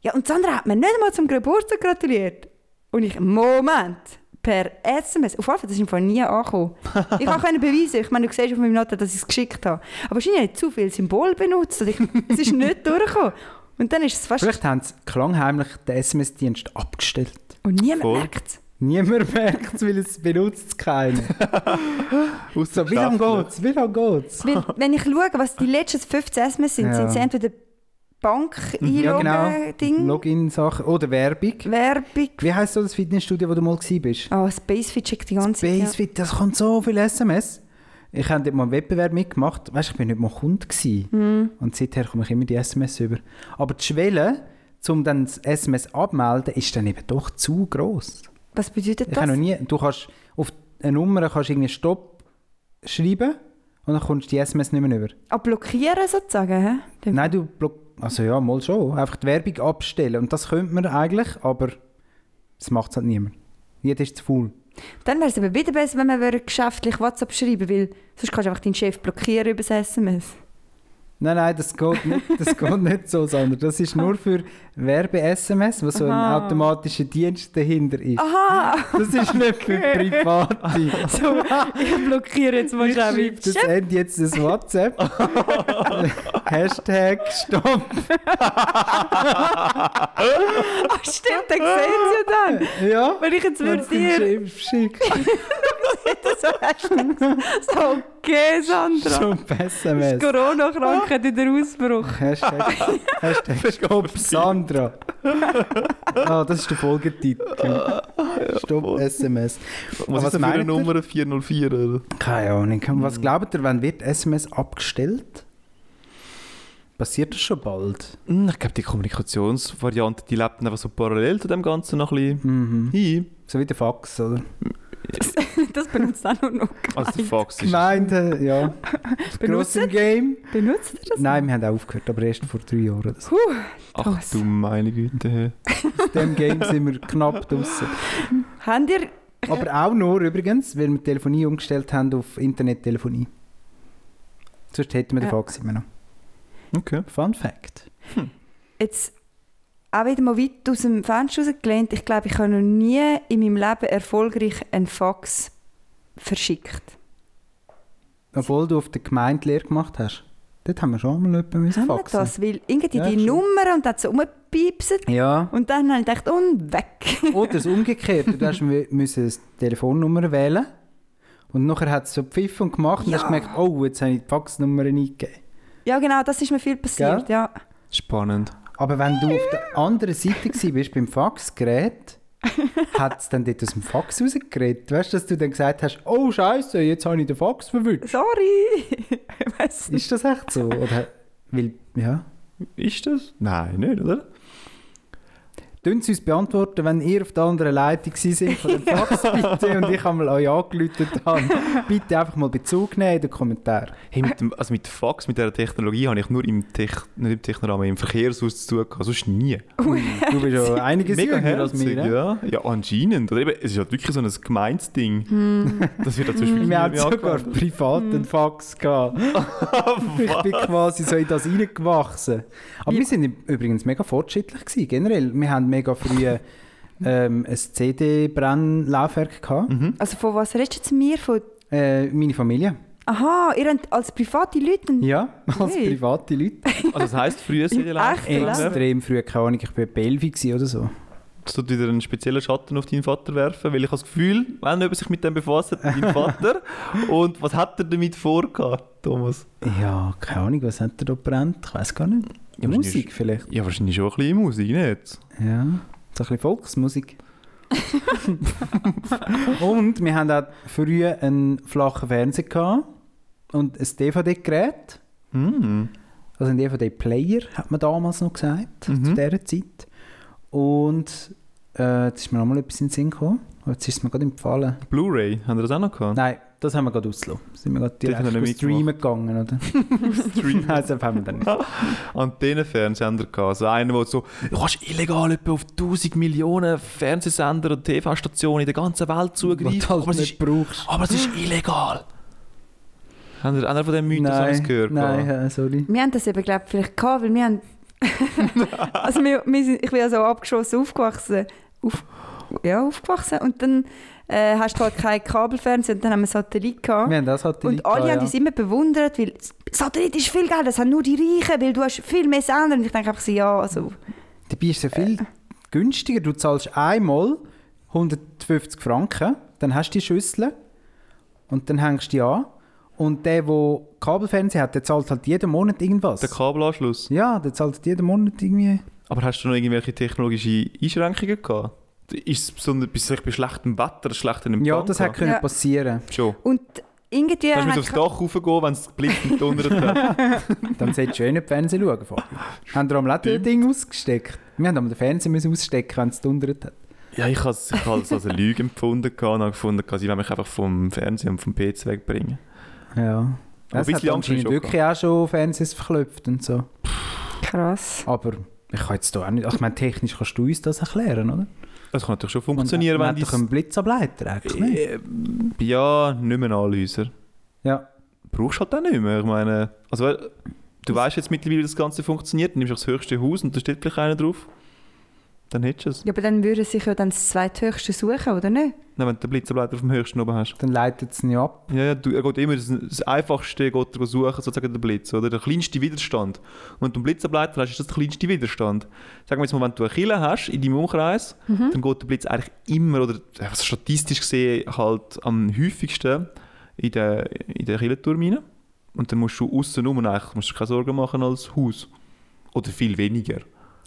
C: ja, und Sandra hat mir nicht mal zum Geburtstag gratuliert. Und ich, Moment, per SMS. Auf jeden Fall, das ist im Fall nie angekommen. Ich konnte beweisen, ich meine, du siehst auf meinem Noten, dass ich es geschickt habe. Aber wahrscheinlich habe ich zu viel Symbol benutzt. Und ich, es ist nicht durchgekommen. Und dann ist es fast...
D: Vielleicht haben sie klangheimlich den SMS-Dienst abgestellt.
C: Und niemand
E: Voll.
C: merkt es.
D: Niemand merkt es, weil es benutzt es keiner.
E: Aus
D: So, wie lange geht's? Wie lange geht's?
C: Weil, wenn ich schaue, was die letzten 15 SMS sind,
D: Ja.
C: sind sie entweder bank
D: Ja,
C: einloggen
D: genau.
C: ding
D: Login-Sachen oder Werbung.
C: Werbung.
D: Wie heisst so das Fitnessstudio, wo du mal warst?
C: Oh, Spacefit schickt die ganze Zeit. ja.
D: Basefit, das kommt so viel SMS. Ich habe dort mal einen Wettbewerb
C: Hm.
D: mitgemacht. Weißt du, ich war nicht mal Kunde. gsi Und seither komme ich immer die SMS über. Aber die Schwelle um dann das SMS abmelden, ist dann eben doch zu groß.
C: Was bedeutet
D: Ich
C: das?
D: habe noch nie. Du kannst auf eine Nummer kannst irgendwie Stopp schreiben und dann kommst du die SMS nicht mehr über.
C: Ah, blockieren sozusagen, hä? Dann-
D: Nein, du block also ja, mal schon. Einfach die Werbung abstellen und das könnte man eigentlich, aber das macht halt niemand. Jeder ist zu faul.
C: Dann wäre es eben wieder besser, wenn man würde geschäftlich WhatsApp schreiben weil sonst kannst du einfach deinen Chef blockieren über das SMS.
D: Nein, nein, das geht nicht, das geht nicht so, sondern das ist nur für Werbe-SMS, wo so ein
C: Aha.
D: automatischer Dienst dahinter ist.
C: Aha!
D: Das ist nicht für
C: Okay.
D: Private.
C: So, ich blockiere jetzt mal
D: Ich
C: schnell
D: schreibe
C: meinen
D: das
C: Chef.
D: Ende jetzt das WhatsApp. Hashtag Stopp.
C: Ah, stimmt, dann sehen sie ja dann.
D: Ja.
C: Wenn ich jetzt würde
D: wenn's dem
C: dir
D: Chef schickst.
C: so Hashtag- so, okay, Sandra.
D: Schon besser
C: Ist
D: Mess.
C: Corona-Krankheit in der Ausbruch.
D: Hashtag, Hashtag Stopp Sandra. Ah, das ist der Folgetitel. Stopp SMS.
E: Was,
D: Aber
E: ist denn für eine
D: meint ihr?
E: Nummer 404? Oder?
D: Keine Ahnung. Was glaubt ihr, wann wird SMS abgestellt? Passiert das schon bald?
E: Hm, Ich glaube, die Kommunikationsvariante, die lebt einfach so parallel zu dem Ganzen noch ein bisschen
D: Mhm.
E: hin.
D: So wie der Fax, oder?
C: Das benutzt auch nur noch.
E: Also der Fax ist...
D: Gemeinde, äh, ja. Gross
C: Benutzt,
D: im Game.
C: benutzt ihr das?
D: Nein, wir haben aufgehört, aber erst vor drei Jahren. Also Aus
E: Ach du meine Güte. hä.
D: dem Game sind wir knapp draußen.
C: Habt ihr
D: Aber auch nur übrigens, weil wir die Telefonie umgestellt haben auf Internettelefonie. Sonst hätten wir
C: Ja.
D: den Fax immer noch.
E: Okay.
D: Fun Fact.
C: jetzt auch wieder mal weit aus dem Fenster rausgelehnt? Ich glaube, ich habe noch nie in meinem Leben erfolgreich einen Fax verschickt.
D: Obwohl du auf der Gemeinde Lehre gemacht hast. Dort haben wir schon mal jemanden müssen
C: Haben wir
D: faxen.
C: das? Weil irgendwie
D: Ja,
C: die
D: schon.
C: Nummer und hat so rumgepiepst.
D: Ja.
C: Und dann habe ich gedacht, und weg.
D: Oder das Umgekehrte. Du hast mü- müssen eine Telefonnummer wählen und nachher hat es so pfiffen und gemacht und
C: Ja.
D: hast gemerkt, oh, jetzt habe ich die Faxnummer eingegeben.
C: Ja, genau, das ist mir viel passiert. Ja.
E: Spannend.
D: Aber wenn du auf der anderen Seite gewesen bist beim Faxgerät, hat es dann dort aus dem Fax rausgeredet. Weißt du, dass du dann gesagt hast, oh Scheiße, jetzt habe ich den Fax verwischt.
C: Sorry. Ich weiss nicht.
D: Ist das echt so? Oder, weil, ja.
E: Ist das? Nein, nicht, oder?
D: Tun Sie uns beantworten, wenn ihr auf der anderen Leitung seid von dem Fax bitte und ich einmal euch angelötet habe. Bitte einfach mal Bezug nehmen in den Kommentaren.
E: Hey, mit dem, also mit Fax, mit dieser Technologie habe ich nur im, Tech, nicht im Technorama, im Verkehrshaus zu tun gehabt, sonst nie.
D: Du bist ja einiges jünger als
E: herzig,
D: wir. ne?
E: ja. Ja, anscheinend. Oder eben, es ist halt wirklich so ein Gemeinsding.
C: Hm.
E: Das wird halt zum Beispiel
D: Wir
E: nie
D: haben
E: mehr
D: sogar
E: angewandt.
D: privat
E: Hm.
D: einen Fax gehabt. ich bin quasi so in das reingewachsen. Aber wir sind im- übrigens mega fortschrittlich gewesen, generell. Wir haben mega früh ähm, ein CD-Brennlaufwerk gehabt.
E: Mhm.
C: Also von was redest du zu mir? Von,
D: Äh, meine Familie.
C: aha, ihr habt als private Leute... einen-
D: Ja, als
C: Hey.
D: private Leute.
E: Also das heisst, früher sind die Lampen-
C: Echt,
E: Ja.
C: oder?
D: extrem früh, keine Ahnung, ich war bei 11 gewesen oder so.
E: Das tut wieder einen speziellen Schatten auf deinen Vater werfen, weil ich habe das Gefühl, wenn jemand sich mit dem befasst hat, dein Vater. Und was hat er damit vorgehabt, Thomas?
D: Ja, keine Ahnung, was hat er da brennt? Ich weiß gar nicht.
E: Ja,
D: Musik
E: wahrscheinlich-
D: vielleicht?
E: Ja, wahrscheinlich schon ein bisschen Musik, nicht?
D: Ja, so ein bisschen Volksmusik. und wir haben auch früher einen flachen Fernseher gehabt und ein DVD-Gerät.
E: Hm.
D: Also ein DVD-Player, hat man damals noch gesagt,
E: Mhm.
D: zu dieser Zeit. Und äh, jetzt ist mir nochmal etwas in den Sinn gekommen. Oh, Jetzt ist es mir gerade empfallen.
E: Blu-ray, haben wir das auch noch gehabt?
D: Nein, das haben wir gerade ausgelassen. Sind wir gerade direkt
E: haben wir
D: auf
E: nicht
D: Streamen gegangen, oder? Streamen? Nein, das haben wir dann nicht.
E: Antennenfernsehsender gehabt. Also einer, der so, du kannst illegal etwa auf 1000 Millionen Fernsehsender und TV-Stationen in der ganzen Welt
D: Was
E: zugreifen.
D: du halt
E: aber, es
D: nicht
E: ist,
D: brauchst.
E: aber es ist illegal. Haben Sie einer von diesen Mythen Nein. gehört?
D: nein, äh, sorry.
C: Wir haben das eben, glaube ich, vielleicht gehabt, weil wir haben... also wir, wir sind, ich bin ja so abgeschossen aufgewachsen. Auf, ja, aufgewachsen. Und dann äh, hast du halt kein Kabelfernsehen und dann haben wir Satellit gehabt.
D: Wir haben das halt
C: Und alle haben
D: ja.
C: uns immer bewundert, weil Satellit ist viel geiler, das haben nur die Reichen, weil du hast viel mehr Sender. Und ich denke einfach so, ja, also...
D: Dabei ist es ja viel günstiger. Du zahlst einmal 150 Franken, dann hast du die Schüssel und dann hängst du die an. Und der, der Kabelfernsehen hat, der zahlt halt jeden Monat irgendwas.
E: Der Kabelanschluss.
D: ja, der zahlt halt jeden Monat irgendwie.
E: Aber hast du noch irgendwelche technologische Einschränkungen gehabt? Ist es besonders bei, bei schlechtem Wetter, schlechtem Empfang?
D: Ja, das hätte
E: gehabt?
D: können
C: Ja.
D: passieren.
E: Schon.
C: Und irgendwie...
E: Kannst du
C: hat-
E: musst aufs Dach raufgehen, wenn es blitzend donnert hat. Ah,
D: Dann solltest du eh nicht Fernsehen schauen. Fabio. haben wir am Latte Ding ausgesteckt? Wir haben aber den Fernseher müssen ausstecken, wenn es dundert hat.
E: Ja, ich habe es ich habe es als eine Lüge empfunden gehabt und habe gefunden, dass ich mich einfach vom Fernsehen und vom PC wegbringen
D: Ja.
E: Aber ein
D: Es
E: bisschen
D: hat
E: Angst habe ich
D: anscheinend
E: schon
D: wirklich auch schon Fernsehs verklopft und so.
C: Krass.
D: Aber ich kann jetzt da auch nicht... Ich meine, technisch kannst du uns das erklären, oder?
E: Das kann natürlich schon funktionieren, wenn
D: man,
E: Äh,
D: man hat doch einen Blitzableiter eigentlich, nicht?
E: die... Ja, nicht mehr alle Häuser.
D: Ja.
E: Brauchst halt auch nicht mehr. Ich meine, also we- du weißt jetzt mittlerweile, wie das Ganze funktioniert. Du nimmst einfach das höchste Haus und da steht vielleicht einer drauf. Dann hättest du es.
C: Ja, aber dann würden sich ja dann das zweithöchste suchen, oder nicht?
E: Nein, wenn du den Blitzableiter auf dem höchsten oben hast.
D: Dann leitet es nicht ab.
E: Ja, ja, du, er geht immer das, das einfachste geht er suchen, sozusagen den Blitz, oder? Der kleinste Widerstand. Und wenn du einen Blitzableiter hast, ist das der kleinste Widerstand. Sagen wir jetzt mal, wenn du eine Kille hast in deinem Umkreis,
C: Mhm.
E: dann geht der Blitz eigentlich immer, oder äh, statistisch gesehen, halt am häufigsten in den in der Killenturm rein. Und dann musst du außen rum eigentlich musst du dir keine Sorgen machen als Haus. Oder viel weniger.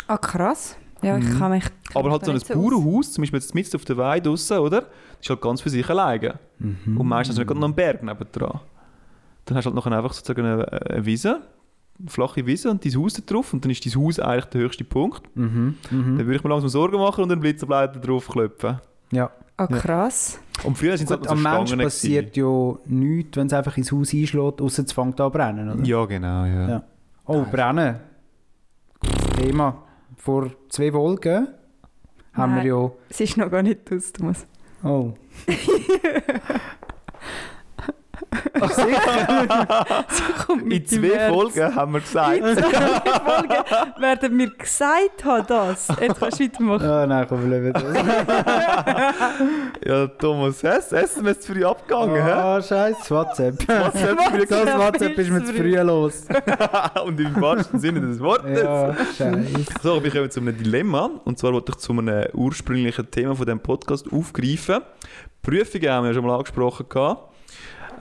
C: Ah, krass. Ja, ich kann mich.
E: Aber halt so ein
C: nicht aus.
E: Bauernhaus, zum Beispiel jetzt mitten auf der Weide draussen, oder? Das ist halt ganz für sich alleine.
D: Mhm. Mm.
E: Und meistens nicht gerade noch einen Berg nebendran. Dann hast du halt nachher einfach sozusagen eine, eine Wiese, eine flache Wiese und dein Haus da drauf und dann ist dein Haus eigentlich der höchste Punkt.
D: Mhm.
E: Dann
D: Mhm.
E: würde ich mir langsam Sorgen machen und einen Blitzableiter draufklopfen.
D: Ja.
C: Ah, krass.
E: Und früher sind es halt
D: Gut,
E: noch so
D: am Mensch
E: Stangen
D: passiert ja nichts, wenn es einfach ins Haus einschlägt, außer es fängt an zu brennen, oder?
E: gewesen. Ja, genau, ja.
D: Ja. Oh, brennen. Thema. Vor zwei Folgen haben wir
C: Nein.
D: ja...
C: Es ist noch gar nicht aus, Thomas.
D: Oh. Sicher?
C: Komm,
E: In
C: mit
E: zwei
C: März.
E: Folgen haben wir
C: In
E: gesagt,
C: zwei Folgen werden wir gesagt haben, das. Jetzt kannst du weitermachen.
D: Ah, nein, komm, wir das.
E: ja, Thomas, hä? Essen ist früh abgegangen, hä?
D: Ah, scheiße, WhatsApp.
E: Was hat früh
D: Das WhatsApp ist mir zu früh los. Ah.
E: gesagt? Und im wahrsten Sinne des Wortes.
D: Ja, scheiße.
E: So, wir kommen zu einem Dilemma. Und zwar wollte ich zu einem ursprünglichen Thema von diesem Podcast aufgreifen. Prüfungen haben wir ja schon mal angesprochen. gehabt.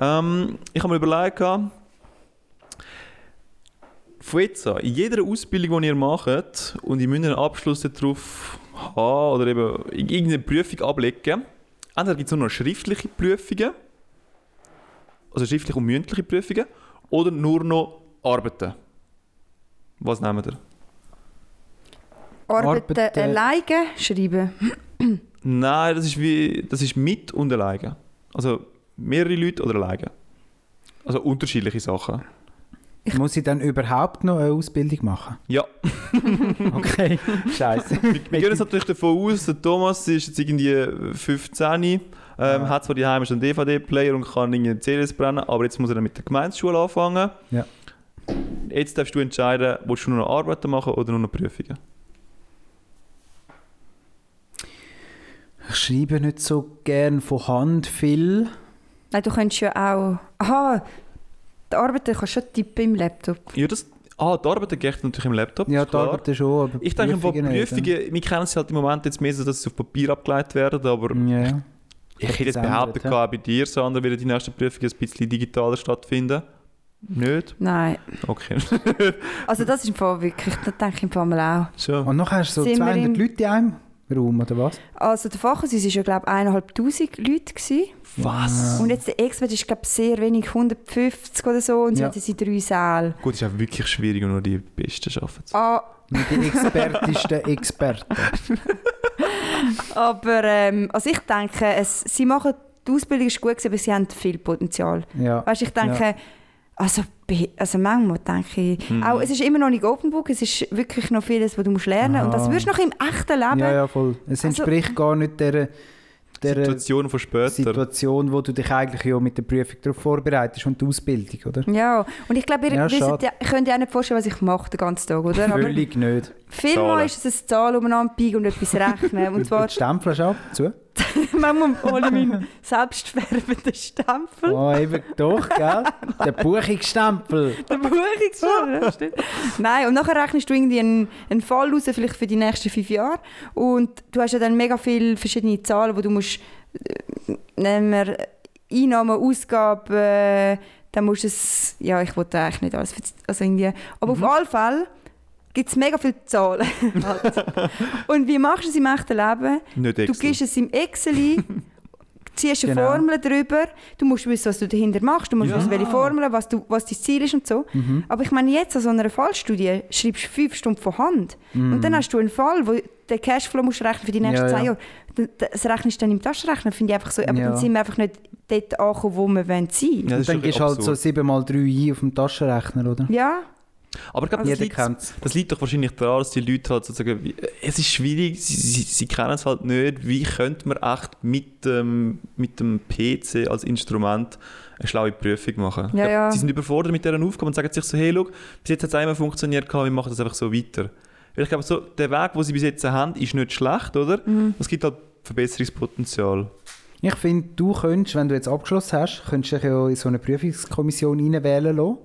E: Ähm, ich habe mir überlegt, gehabt, von jetzt an, in jeder Ausbildung, die ihr macht und ihr müsst einen Abschluss darauf haben oder eben irgendeine Prüfung ablegen, entweder gibt es nur noch schriftliche Prüfungen, also schriftliche und mündliche Prüfungen, oder nur noch Arbeiten. Was nehmt ihr?
C: Arbeiten äh,
D: Arbeiten.
C: alleine, schreiben.
E: Nein, das ist wie das ist mit und alleine. Also mehrere Leute oder alleine. Also unterschiedliche Sachen.
D: Muss ich dann überhaupt noch eine Ausbildung machen?
E: Ja,
D: Okay, scheiße.
E: wir gehen jetzt natürlich davon aus, der Thomas ist jetzt irgendwie 15, ähm,
D: Ja.
E: hat zwar die schon einen DVD-Player und kann irgendwie einen CDs brennen, aber jetzt muss er dann mit der Gemeindeschule anfangen.
D: Ja.
E: Jetzt darfst du entscheiden, willst du nur noch Arbeiten machen oder nur noch Prüfungen?
D: Ich schreibe nicht so gern von Hand viel.
C: Nein, du könntest ja auch. Aha, die Arbeiten kannst du schon tippen im Laptop.
E: Ja, das, ah, die Arbeiten geht natürlich im Laptop.
D: Ja,
E: ist
D: die
E: klar.
D: Arbeiten schon, aber
E: Ich denke, Prüfungen,
D: nicht,
E: Prüfungen wir kennen sie halt im Moment jetzt mehr so, dass sie auf Papier abgeleitet werden, aber
D: Ja. Ja.
E: Ich
D: Etwas
E: hätte jetzt behauptet,
D: ändert, ja.
E: ja. bei dir, Sandra, werden die nächsten Prüfungen ein bisschen digitaler stattfinden. Nicht?
C: Nein.
E: Okay.
C: Also, das ist im Fall wirklich, das denke ich im Fall mal auch.
E: so.
D: Und noch hast du so
C: Sind wir
D: 200
C: im-
D: Leute in einem Raum, oder was?
C: Also der Fachhaus war ja glaube ich 1'500 Leute gewesen.
E: Was?
D: Ah.
C: und jetzt der Expert ist glaube ich sehr wenig, 150 oder so und sie
D: Ja.
C: hatten sie drei Säle.
E: Gut, ist auch wirklich schwierig, und nur die Besten schaffen es.
C: Ah,
D: Mit den expertesten Experten.
C: aber ähm, also ich denke, es, sie machen, die Ausbildung ist gut gewesen, aber sie haben viel Potenzial.
D: Ja. Mhm.
C: Weißt, ich denke, also, be- also manchmal denke ich, auch, es ist immer noch nicht Open Book, es ist wirklich noch vieles, was du musst lernen und das
D: Ah.
C: wirst du noch im echten Leben.
D: ja, ja, voll. Es
C: Also-
D: entspricht gar nicht der, der äh,
E: Situation von später.
D: Situation, wo du dich eigentlich ja mit der Prüfung darauf vorbereitest und die Ausbildung, oder?
C: Ja, und ich glaube, ihr
D: Ja,
C: wisst
D: schade.
C: ja, ihr könnt ja auch nicht vorstellen, was ich mache den ganzen Tag, oder? Aber-
D: Völlig nicht.
E: Zahlen.
C: Vielmal ist es eine Zahl umeinander biegen und etwas rechnen. Und zwar,
D: Die Stempelst ab, zu.
C: manchmal hole ich meinen selbstfärbenden Stempel,
D: Oh, eben doch, gell? Der Buchungsstempel.
C: den Buchungsstempel. ja, ne? stimmt. Nein, und nachher rechnest du irgendwie einen, einen Fall raus, vielleicht für die nächsten fünf Jahre. Und du hast ja dann mega viele verschiedene Zahlen, wo du musst, äh, nehmen wir Einnahmen, Ausgaben, äh, dann musst du es, ja, ich wollte eigentlich nicht alles, verz- also irgendwie, aber auf alle Fälle gibt es mega viele Zahlen. halt. Und wie machst du es im echten Leben?
E: Nicht
C: Du
E: extra.
C: gibst es im Excel ein, ziehst eine
D: Genau.
C: Formel drüber, du musst wissen, was du dahinter machst, du musst
E: Ja.
C: wissen, welche Formel, was, du, was dein Ziel ist und so.
D: Mhm,
C: Aber ich meine, jetzt an so einer Fallstudie schreibst du fünf Stunden von Hand und dann hast du einen Fall, wo den Cashflow musst du rechnen für die nächsten
D: Mhm. Ja,
C: zwei
D: ja.
C: Jahre. D- d- Das rechnest du dann im Taschenrechner, finde ich einfach so. Aber
D: Ja.
C: dann sind wir einfach nicht dort angekommen, wo wir wollen sein
E: Ja,
D: Und
E: das ist
D: dann
E: doch
D: gehst du halt so
E: absurd.
D: 7x3 ein auf dem Taschenrechner, oder?
C: Ja,
E: Aber ich glaube, das,
D: Jeder
E: liegt-
D: kennt's.
E: das liegt doch wahrscheinlich daran, dass die Leute halt sozusagen, wie- es ist schwierig, sie, sie, sie kennen es halt nicht, wie könnte man echt mit, dem- mit dem PC als Instrument eine schlaue Prüfung machen. Ich
C: Ja,
E: glaub,
C: ja.
E: Sie sind überfordert mit dieser Aufgabe und sagen sich so, hey, schau, bis jetzt hat es einmal funktioniert, gehabt, wir machen das einfach so weiter. Weil ich glaube, so, der Weg, den sie bis jetzt haben, ist nicht schlecht, oder?
C: Mhm.
E: Es gibt halt Verbesserungspotenzial.
D: Ich finde, du könntest, wenn du jetzt abgeschlossen hast, könntest dich ja in so eine Prüfungskommission reinwählen lassen.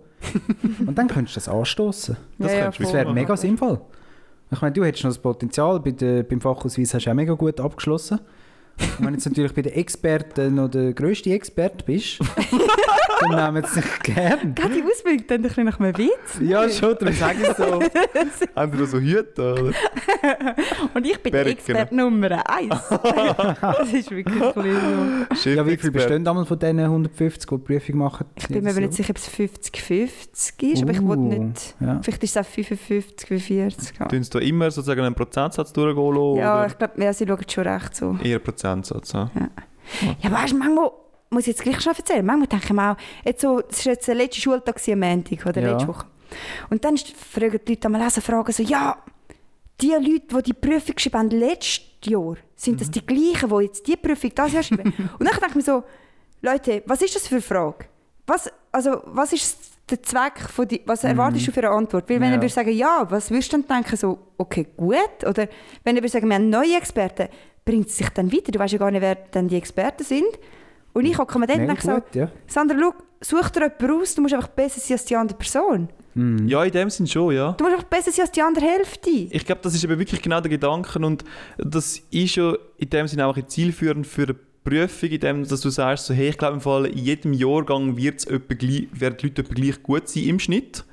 D: und dann könntest du das anstoßen.
E: Das
C: ja, ja,
E: könntest du
D: Das
E: wirklich
D: wäre
E: machen.
D: mega sinnvoll. Ich meine, du hättest noch das Potenzial, bei der, beim Fachausweis hast du auch mega gut abgeschlossen. Und wenn du jetzt natürlich bei den Experten noch der grösste Experte bist, dann nehmen sie dich gern.
C: Gerade die Ausbildung dann ein bisschen nach einem Witz.
D: Ja, schon, darum sage ich so.
E: Haben die noch so Hüte? Oder?
C: Und ich bin
E: Berg,
C: Expert Nummer eins. das ist wirklich ein bisschen so.
D: Ja, wie viele bestehen damals von diesen 150, die die Prüfung machen?
C: Ich bin mir aber nicht sicher, ob es 50-50 ist, aber ich will
D: Uh,
C: nicht...
D: Ja.
C: Vielleicht ist es auch 55, 40. Ja,
E: Tun sie da immer sozusagen einen Prozentsatz durchgehen lassen,
C: ja
E: oder?
C: ich glaube, ja, sie schauen schon recht so.
E: Eher Prozentsatz, ja.
C: Ja, weißt du, manchmal muss ich jetzt gleich schon erzählen. Manchmal denke ich mir auch, jetzt so, es war jetzt der letzte Schultag gewesen, am Montag oder
D: Ja.
C: letzte Woche. Und dann st- fragen die Leute einmal also Fragen so, ja, die Leute, die die Prüfung geschrieben haben letztes Jahr, sind
D: Mhm.
C: das die gleichen, die jetzt die Prüfung das Jahr schreiben? Und dann denke ich mir so, Leute, was ist das für eine Frage? Was, also, was ist der Zweck von die, was erwartest du für eine Antwort? Weil wenn
D: Mhm. Ja.
C: ihr würdet sagen, ja, was würdest du dann denken, so, okay, gut? Oder wenn ihr würdet sagen, wir haben neue Experten, bringt es sich dann weiter? Du weißt ja gar nicht, wer denn die Experten sind. Und ich habe Kommandant
D: Mega
C: und gesagt,
D: gut, ja.
C: Sandra, schau, such dir jemanden aus, du musst einfach besser sein als die andere Person.
E: Ja, in dem Sinn schon, ja.
C: Du musst einfach besser sein als die andere Hälfte.
E: Ich glaube, das ist eben wirklich genau der Gedanke und das ist ja in dem Sinn auch ein bisschen zielführend für eine Prüfung, in dem, dass du sagst, so, hey, ich glaube im Fall, in jedem Jahrgang wird's etwa gleich, werden die Leute etwa gleich gut sein im Schnitt.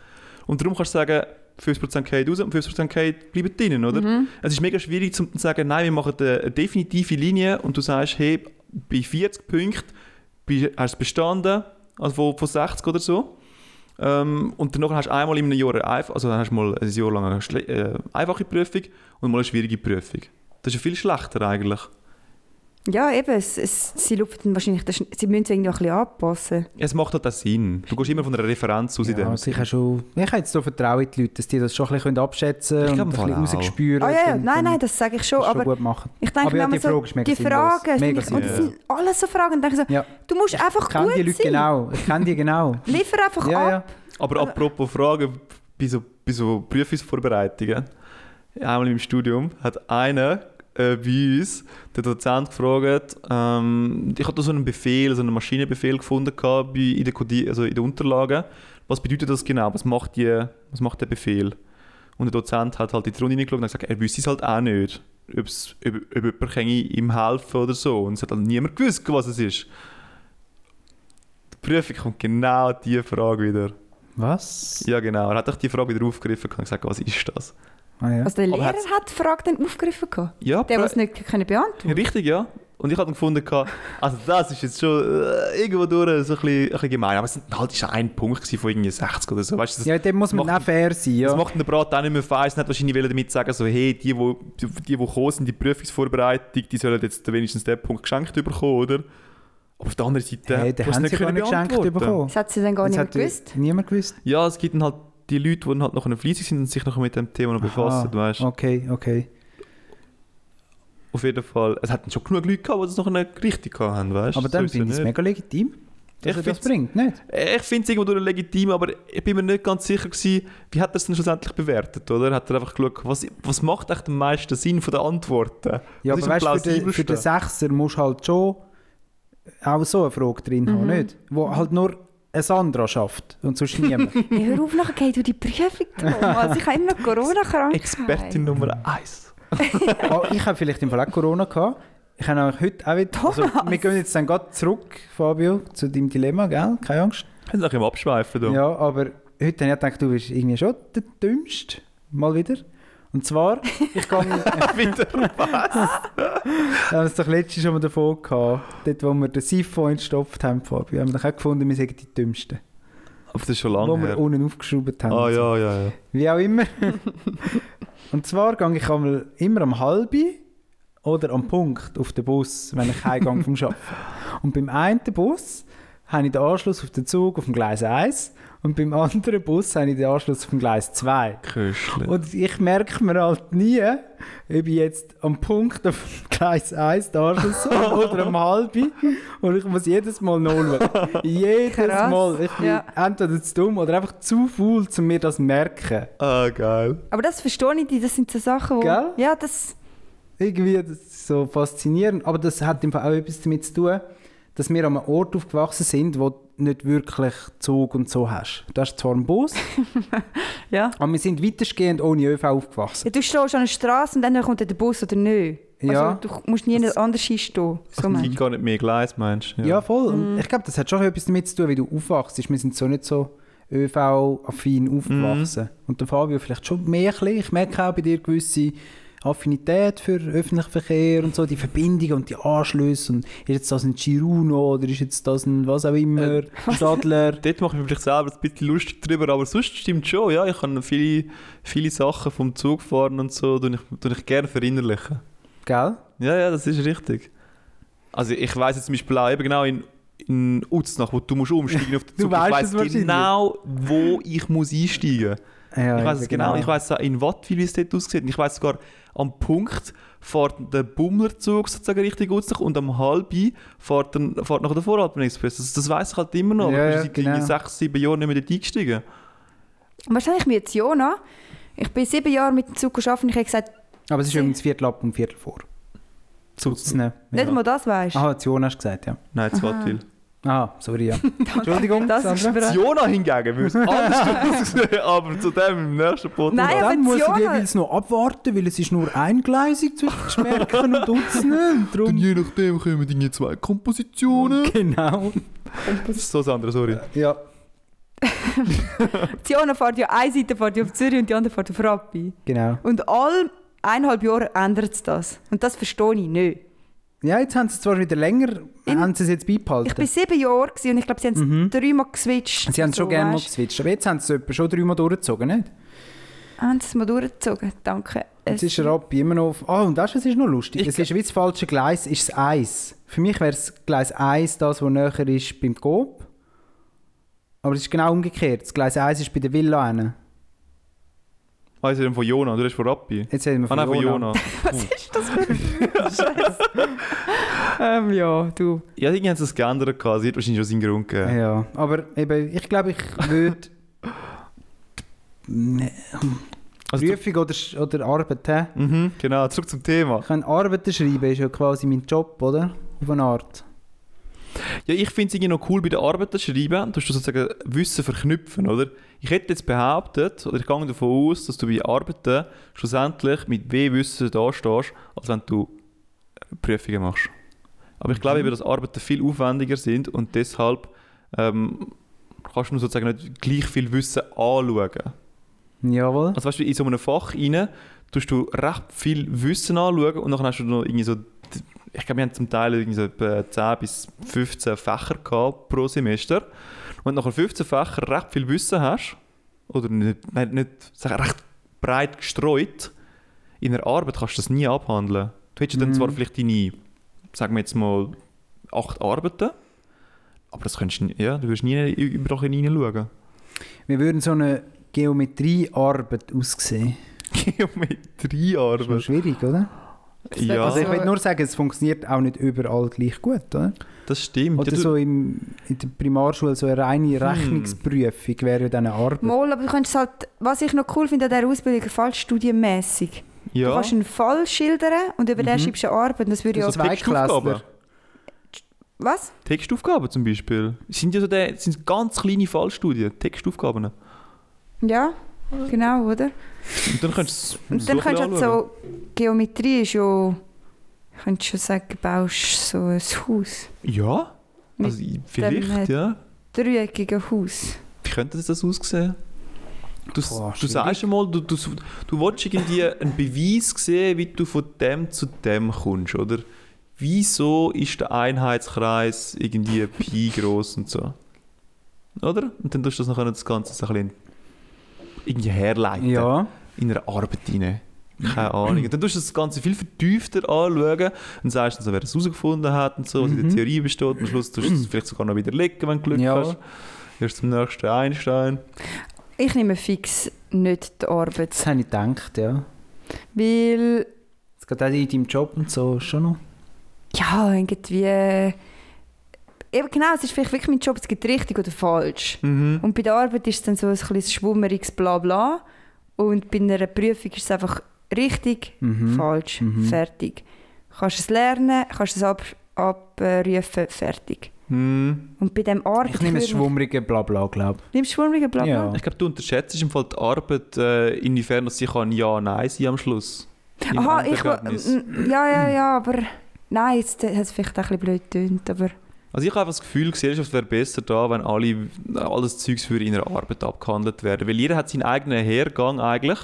E: Und darum kannst du sagen, 50% gehen raus und 50% gehen- bleiben drinnen, oder? Es ist mega schwierig zum zu sagen, nein, wir machen eine definitive Linie und du sagst, hey, bei 40 Punkten bi- hast du es bestanden, also von, von 60 oder so. Ähm, und danach hast du einmal in einem Jahr eine, einf- also dann hast du mal ein Jahr lang eine schle- äh, einfache Prüfung und mal eine schwierige Prüfung. Das ist ja viel schlechter eigentlich.
C: Ja, eben, es, es, sie lupfen wahrscheinlich, den Schn- sie müssen es irgendwie auch ein bisschen anpassen.
E: Es macht halt auch Sinn. Du gehst immer von einer Referenz aus in
D: Ja,
E: dem.
D: also ich, habe schon, ich habe jetzt so Vertrauen in die Leute, dass die das schon ein bisschen abschätzen
E: Ich
D: können
E: glaub,
D: und ein bisschen
E: voll auch.
D: rausgespüren
C: Ah ja, ja,
D: und-
C: nein, nein,
D: und
C: das sage ich schon,
D: das schon
C: aber...
D: gut machen.
C: Ich denke,
D: Aber ja,
C: wenn man
D: die Frage
C: so,
D: ist mega
C: die
D: sinnlos.
C: Fragen, finde
D: Mega
C: ich, und das
E: sinnlos.
C: sind alles so Fragen. Und denke ich so,
D: Ja.
C: du musst einfach
D: Ich kenne
C: gut
D: die Leute
C: sein. ah.
D: genau. Ich kenne die genau.
C: Liefer einfach
D: Ja, ja.
C: ab.
E: Aber apropos Fragen, bei so, bei so Prüfungsvorbereitungen. Einmal im Studium hat einer äh, bei uns, der Dozent, gefragt, ähm, ich hatte so einen Befehl, so einen Maschinenbefehl gefunden gehabt bei, in, der Kodi also in den Unterlagen. Was bedeutet das genau? Was macht, die, was macht der Befehl? Und der Dozent hat halt in die Runde hineingeschaut und hat gesagt, er wüsste es halt auch nicht, ob's, ob, ob jemand kann ihm helfen oder so. Und es hat halt niemand gewusst, was es ist. Die Prüfung kommt genau diese Frage wieder.
D: Was?
E: Ja, genau. Er hat doch die Frage wieder aufgegriffen und gesagt, was ist das?
D: Ah, ja.
C: Also der
E: Aber
C: Lehrer
E: hat's-
C: hat die Frage dann aufgegriffen. gehabt.
E: Ja,
C: Der, der
E: Fra-
C: es nicht können beantworten
E: richtig, ja. Und ich habe dann gefunden, gehabt, also das ist jetzt schon äh, irgendwo durch so ein bisschen, ein bisschen gemein. Aber es war halt ist ein Punkt gewesen von irgendwie 60 oder so. Weißt du, das,
D: ja, dann muss
E: das
D: man
E: macht-
D: auch fair sein.
E: das
D: Ja.
E: macht den Brat auch nicht mehr fein. Es hat wahrscheinlich wollen damit sagen, so, hey, die, wo, die, die wo gekommen sind, die Prüfungsvorbereitung, die sollen jetzt wenigstens den Punkt geschenkt bekommen, oder? Aber auf der anderen Seite,
D: Hey, den
E: hast
D: haben
E: nicht
D: sie gar
E: können
D: nicht geschenkt
E: beantworten.
D: bekommen.
C: Das hat sie dann gar nicht
D: Das
C: mehr
D: hat
C: gewusst.
D: Niemand gewusst.
E: Ja, es gibt dann halt die Leute, die halt noch fleißig sind und sich noch mit dem Thema noch befassen,
D: Ah,
E: weißt du.
D: Okay, okay.
E: Auf jeden Fall, es hatten schon genug Leute gehabt, die das noch nicht richtig gehabt haben, weißt
D: Aber dann
E: So ist
D: finde ich
E: es
D: es
E: nicht.
D: mega legitim, dass
E: Ich
D: er das
E: find's-
D: bringt, nicht?
E: Ich finde es irgendwo durch legitim, aber ich bin mir nicht ganz sicher gewesen, wie hat er es denn schlussendlich bewertet, oder? Hat er einfach geschaut, was, was macht echt am meisten Sinn von den Antworten?
D: Ja,
E: was
D: aber
E: am
D: weißt du, für den- für den
E: plausibelsten?
D: Sechser musst du halt schon auch so eine Frage drin
C: Mhm.
D: haben, nicht? Wo halt nur eine Sandra schafft und sonst niemand.
C: Hey, hör auf, nachher geh du die Prüfung, Thomas. Ich habe immer noch Corona-Krankheit.
E: Expertin Nummer 1.
D: Ah, ich habe vielleicht im Fall auch Corona gehabt. Ich habe auch heute auch wieder. Also, wir gehen jetzt dann gerade zurück, Fabio, zu deinem Dilemma, gell? Keine Angst.
E: Kannst du nachher im Abschweifen da?
D: Ja, aber heute habe ich gedacht, du bist irgendwie schon der Dümmste. Mal wieder. Und zwar, ich gehe...
E: Wieder was?
D: Wir haben es doch letztes schon mal davon gehabt. Dort, wo wir den Siphon entstopft haben, Fabi, haben wir doch auch gefunden, wir sind die Dümmsten.
E: Aber das ist schon
D: wo
E: lange
D: wir
E: her.
D: unten aufgeschraubt haben.
E: Ah ja, ja, ja.
D: Wie auch immer. Und zwar gehe ich einmal immer am halbi oder am Punkt auf den Bus, wenn ich heimgehe vom Arbeiten. Und beim einen Bus habe ich den Anschluss auf den Zug auf dem Gleis 1 und beim anderen Bus habe ich den Anschluss auf dem Gleis 2.
E: Köstlich.
D: Und ich merke mir halt nie, ob ich jetzt am Punkt auf Gleis 1 da schon so oder am halben. Und ich muss jedes Mal nachschauen. Jedes
C: Krass,
D: Mal. Ich bin
C: ja.
D: entweder zu dumm oder einfach zu faul, um mir das zu merken.
E: Ah, geil.
C: Aber das verstehe ich nicht, das sind so Sachen, wo...
D: Gell?
C: Ja, das...
D: Irgendwie das ist so faszinierend. Aber das hat im Fall auch etwas damit zu tun, dass wir an einem Ort aufgewachsen sind, wo du nicht wirklich Zug und so hast. Du hast zwar einen Bus,
C: Ja.
D: aber wir sind weitestgehend ohne ÖV aufgewachsen.
C: ja du stehst an der Straße und dann kommt dann der Bus oder nicht.
D: Ja.
C: Also, du musst nie anders hinstehen. So
E: Es
C: meinst
E: gibt gar nicht mehr Gleis, meinst du?
D: Ja, voll. Und ich glaube, das hat schon etwas damit zu tun, wie du aufwachst. Wir sind so nicht so ÖV-affin aufgewachsen. Und der Fabio vielleicht schon mehr ein bisschen. Ich merke auch bei dir gewisse Affinität für öffentlichen Verkehr und so, die Verbindungen und die Anschlüsse. Und ist jetzt das ein Giruno oder ist jetzt das ein was auch immer, Stadler?
E: Dort mache ich mich vielleicht selber ein bisschen lustig drüber, aber sonst stimmt schon, ja. Ich kann viele, viele Sachen vom Zug fahren und so, tue ich, tue ich gerne verinnerlichen.
D: Gell?
E: Ja, ja, das ist richtig. Also ich weiß jetzt zum Beispiel auch eben genau in, in Uznach, wo du musst umsteigen auf den
D: Du
E: Zug.
D: weißt
E: ich
D: es
E: weiß
D: wahrscheinlich.
E: genau, wo ich muss einsteigen.
D: Ja,
E: ich weiß es
D: eben
E: genau. Ich weiß auch in Wattwil, wie es dort aussieht. Und ich weiß sogar, am Punkt fährt der Bummlerzug sozusagen richtig Uznach und am halbi fährt, dann, fährt nachher der Voralpen-Express. Das, das weiß ich halt immer noch. aber
D: Ja,
E: ich
D: ja,
E: bin seit irgendwie
D: genau.
E: sechs, sieben Jahren nicht mehr dort eingestiegen.
C: Wahrscheinlich mit jetzt Jona. Ich bin sieben Jahre mit dem Zug gearbeitet und ich habe gesagt,
D: Aber es ist übrigens Viertel ab und Viertel vor.
E: Zu,
D: Das nehmen.
C: nicht
D: Ja.
C: mal das weisst.
D: Aha, zu Jonas gesagt, ja.
E: nein, zu Wattwil.
D: Ah, sorry, ja. Entschuldigung,
C: Das ist
D: Sandra.
E: Zu
C: überall-
E: Jona hingegen würde es anders aussehen, aber zu dem im nächsten Podcast.
C: Nein, aber
D: dann muss ich
C: Zionen-
D: jeweils noch abwarten, weil es ist nur eingleisig zwischen Schmerken und Dutzenden.
E: Und
D: Drum.
E: je nachdem kommen die zwei Kompositionen.
D: Genau.
E: So, Sandra, sorry.
D: Ja.
C: Die Jona fährt ja eine Seite fährt ja auf Zürich und die andere fährt auf Rappi.
D: Genau.
C: Und alle eineinhalb Jahre ändert es das. Und das verstehe ich nicht.
D: Ja, jetzt haben sie es zwar wieder länger,
C: In-
D: haben sie es jetzt
C: Ich war
D: beibehalten.
C: sieben Jahre gewesen und ich glaube, sie haben es dreimal geswitcht.
D: Mhm. Sie haben es schon
C: So,
D: gerne mal
C: weisst.
D: geswitcht, aber jetzt haben sie es etwa schon dreimal durchgezogen, nicht?
C: Haben sie es mal durchgezogen. Danke.
D: Jetzt ist Rappi immer noch auf... Ah, und das ist noch lustig.
E: Ich-
D: es ist wie das falsche Gleis, ist das Eis. Für mich wäre das Gleis 1 das, was näher ist beim Coop. Aber es ist genau umgekehrt. Das Gleis 1 ist bei der Villa. hinten.
E: Ah, ich rede von Jona, du redest von Rappi.
D: Jetzt reden wir
E: Ah,
D: von
E: nein, von
D: Jona.
E: Jona.
C: Was ist das für ein Scheiß? ähm, ja, du.
E: Ja, irgendwie haben sie es geändert. gehabt. Sie hat wahrscheinlich schon seinen Grund gegeben.
D: Ja, aber eben, ich glaube, ich würde
E: Also, du-
D: Prüfung oder, Sch- oder Arbeit haben.
E: mhm, genau, zurück zum Thema.
D: Ich kann Arbeiten schreiben, ist ja quasi mein Job, oder? Auf eine Art.
E: Ja, ich finde es irgendwie noch cool, bei der Arbeit zu schreiben, dass du sozusagen Wissen verknüpfen, oder? Ich hätte jetzt behauptet, oder ich gehe davon aus, dass du bei Arbeiten schlussendlich mit mehr Wissen da stehst, als wenn du äh, Prüfungen machst. Aber ich glaube eben, dass Arbeiten viel aufwendiger sind und deshalb ähm, kannst du sozusagen nicht gleich viel Wissen anschauen.
D: Jawohl.
E: Also weißt du, in so einem Fach rein tust du recht viel Wissen anschauen und dann hast du noch irgendwie so, ich glaube, wir haben zum Teil irgendwie so etwa 10 bis 15 Fächer gehabt pro Semester. Und wenn du nachher 15 Fächer recht viel Wissen hast, oder nicht, nein, nicht sag, recht breit gestreut, in der Arbeit kannst du das nie abhandeln. Du hättest dann
D: Mhm.
E: zwar vielleicht deine, sagen wir jetzt mal, acht Arbeiten, aber das könntest du, nie- ja, du wirst nie überall hineinschauen.
D: Wir würden so eine Geometriearbeit aussehen. Das ist schon
E: Geometriearbeit. schwierig,
D: oder?
E: Ja.
D: Also ich
C: Also-
D: will nur sagen, es funktioniert auch nicht überall gleich gut, oder?
E: Das stimmt.
D: Oder
E: ja, du,
D: so im, in der Primarschule so eine reine Rechnungsprüfung wäre ja dann eine Arbeit.
C: Mal, aber du könntest halt, was ich noch cool finde an dieser Ausbildung, fallstudienmässig. Du
E: ja.
C: kannst einen Fall schildern und über den schreibst du eine Arbeit. Und das würde ja.
D: Also-
E: so Textaufgaben.
D: Zweitklässler.
C: Was?
E: Textaufgaben zum Beispiel. Sind ja so der, sind ganz kleine Fallstudien, Textaufgaben. Und
C: Ja, genau, oder?
E: dann kannst du
C: Und dann kannst du halt so. Geometrie ist ja. Ich könnte schon sagen, du baust so ein Haus.
E: Ja,
C: Mit
E: also, vielleicht,
C: dem, äh,
E: ja.
C: Dreieckiges Haus.
E: Wie könnte das das aussehen? Du,
D: Boah,
E: du
D: schwierig.
E: sagst einmal, du, du, du willst irgendwie einen Beweis sehen, wie du von dem zu dem kommst, oder? Wieso ist der Einheitskreis irgendwie Pi gross und so? Oder? Und dann tust du das nachher das Ganze so ein bisschen irgendwie herleiten.
D: Ja.
E: In einer Arbeit rein. Keine Ahnung. Und dann tust du das Ganze viel vertiefter anschauen und sagst dann so, wer es herausgefunden hat und so, was in der
D: Mhm.
E: Theorie besteht. Und am Schluss tust du es vielleicht sogar noch widerlegen, wenn du Glück
D: Ja.
E: hast. Erst zum nächsten Einstein.
C: Ich nehme fix nicht die Arbeit,
D: Das habe ich gedacht, ja.
C: weil
D: Es geht auch in deinem Job und so schon noch.
C: ja, irgendwie... äh, Eben genau, es ist vielleicht wirklich mein Job, es gibt richtig oder falsch.
E: Mhm.
C: Und bei der Arbeit ist es dann so ein kleines schwummeriges Blabla und bei einer Prüfung ist es einfach richtig,
D: Mhm.
C: falsch,
D: Mhm.
C: fertig. Kannst es lernen, kannst es ab, abrufen, fertig.
E: Hm.
C: Und bei dem Arbeit...
D: Ich nehme
C: höre
D: das
C: ich-
D: schwummrige Blabla, glaube
C: Nimmst du schwummeriges Blabla?
D: Ja.
E: Ich glaube, du unterschätzt im Fall die Arbeit, äh, inwiefern dass sie kann ja, nein sein am Schluss. Im
C: Aha, ich.
E: Endergebnis.
C: m- Ja, ja, ja, aber. Nein, jetzt hat es vielleicht auch ein bisschen blöd getönt, aber.
E: Also ich habe einfach das Gefühl, die Gesellschaft wäre besser da, wenn alle, alles Zeugs für ihre Arbeit abgehandelt werden. Weil jeder hat seinen eigenen Hergang eigentlich.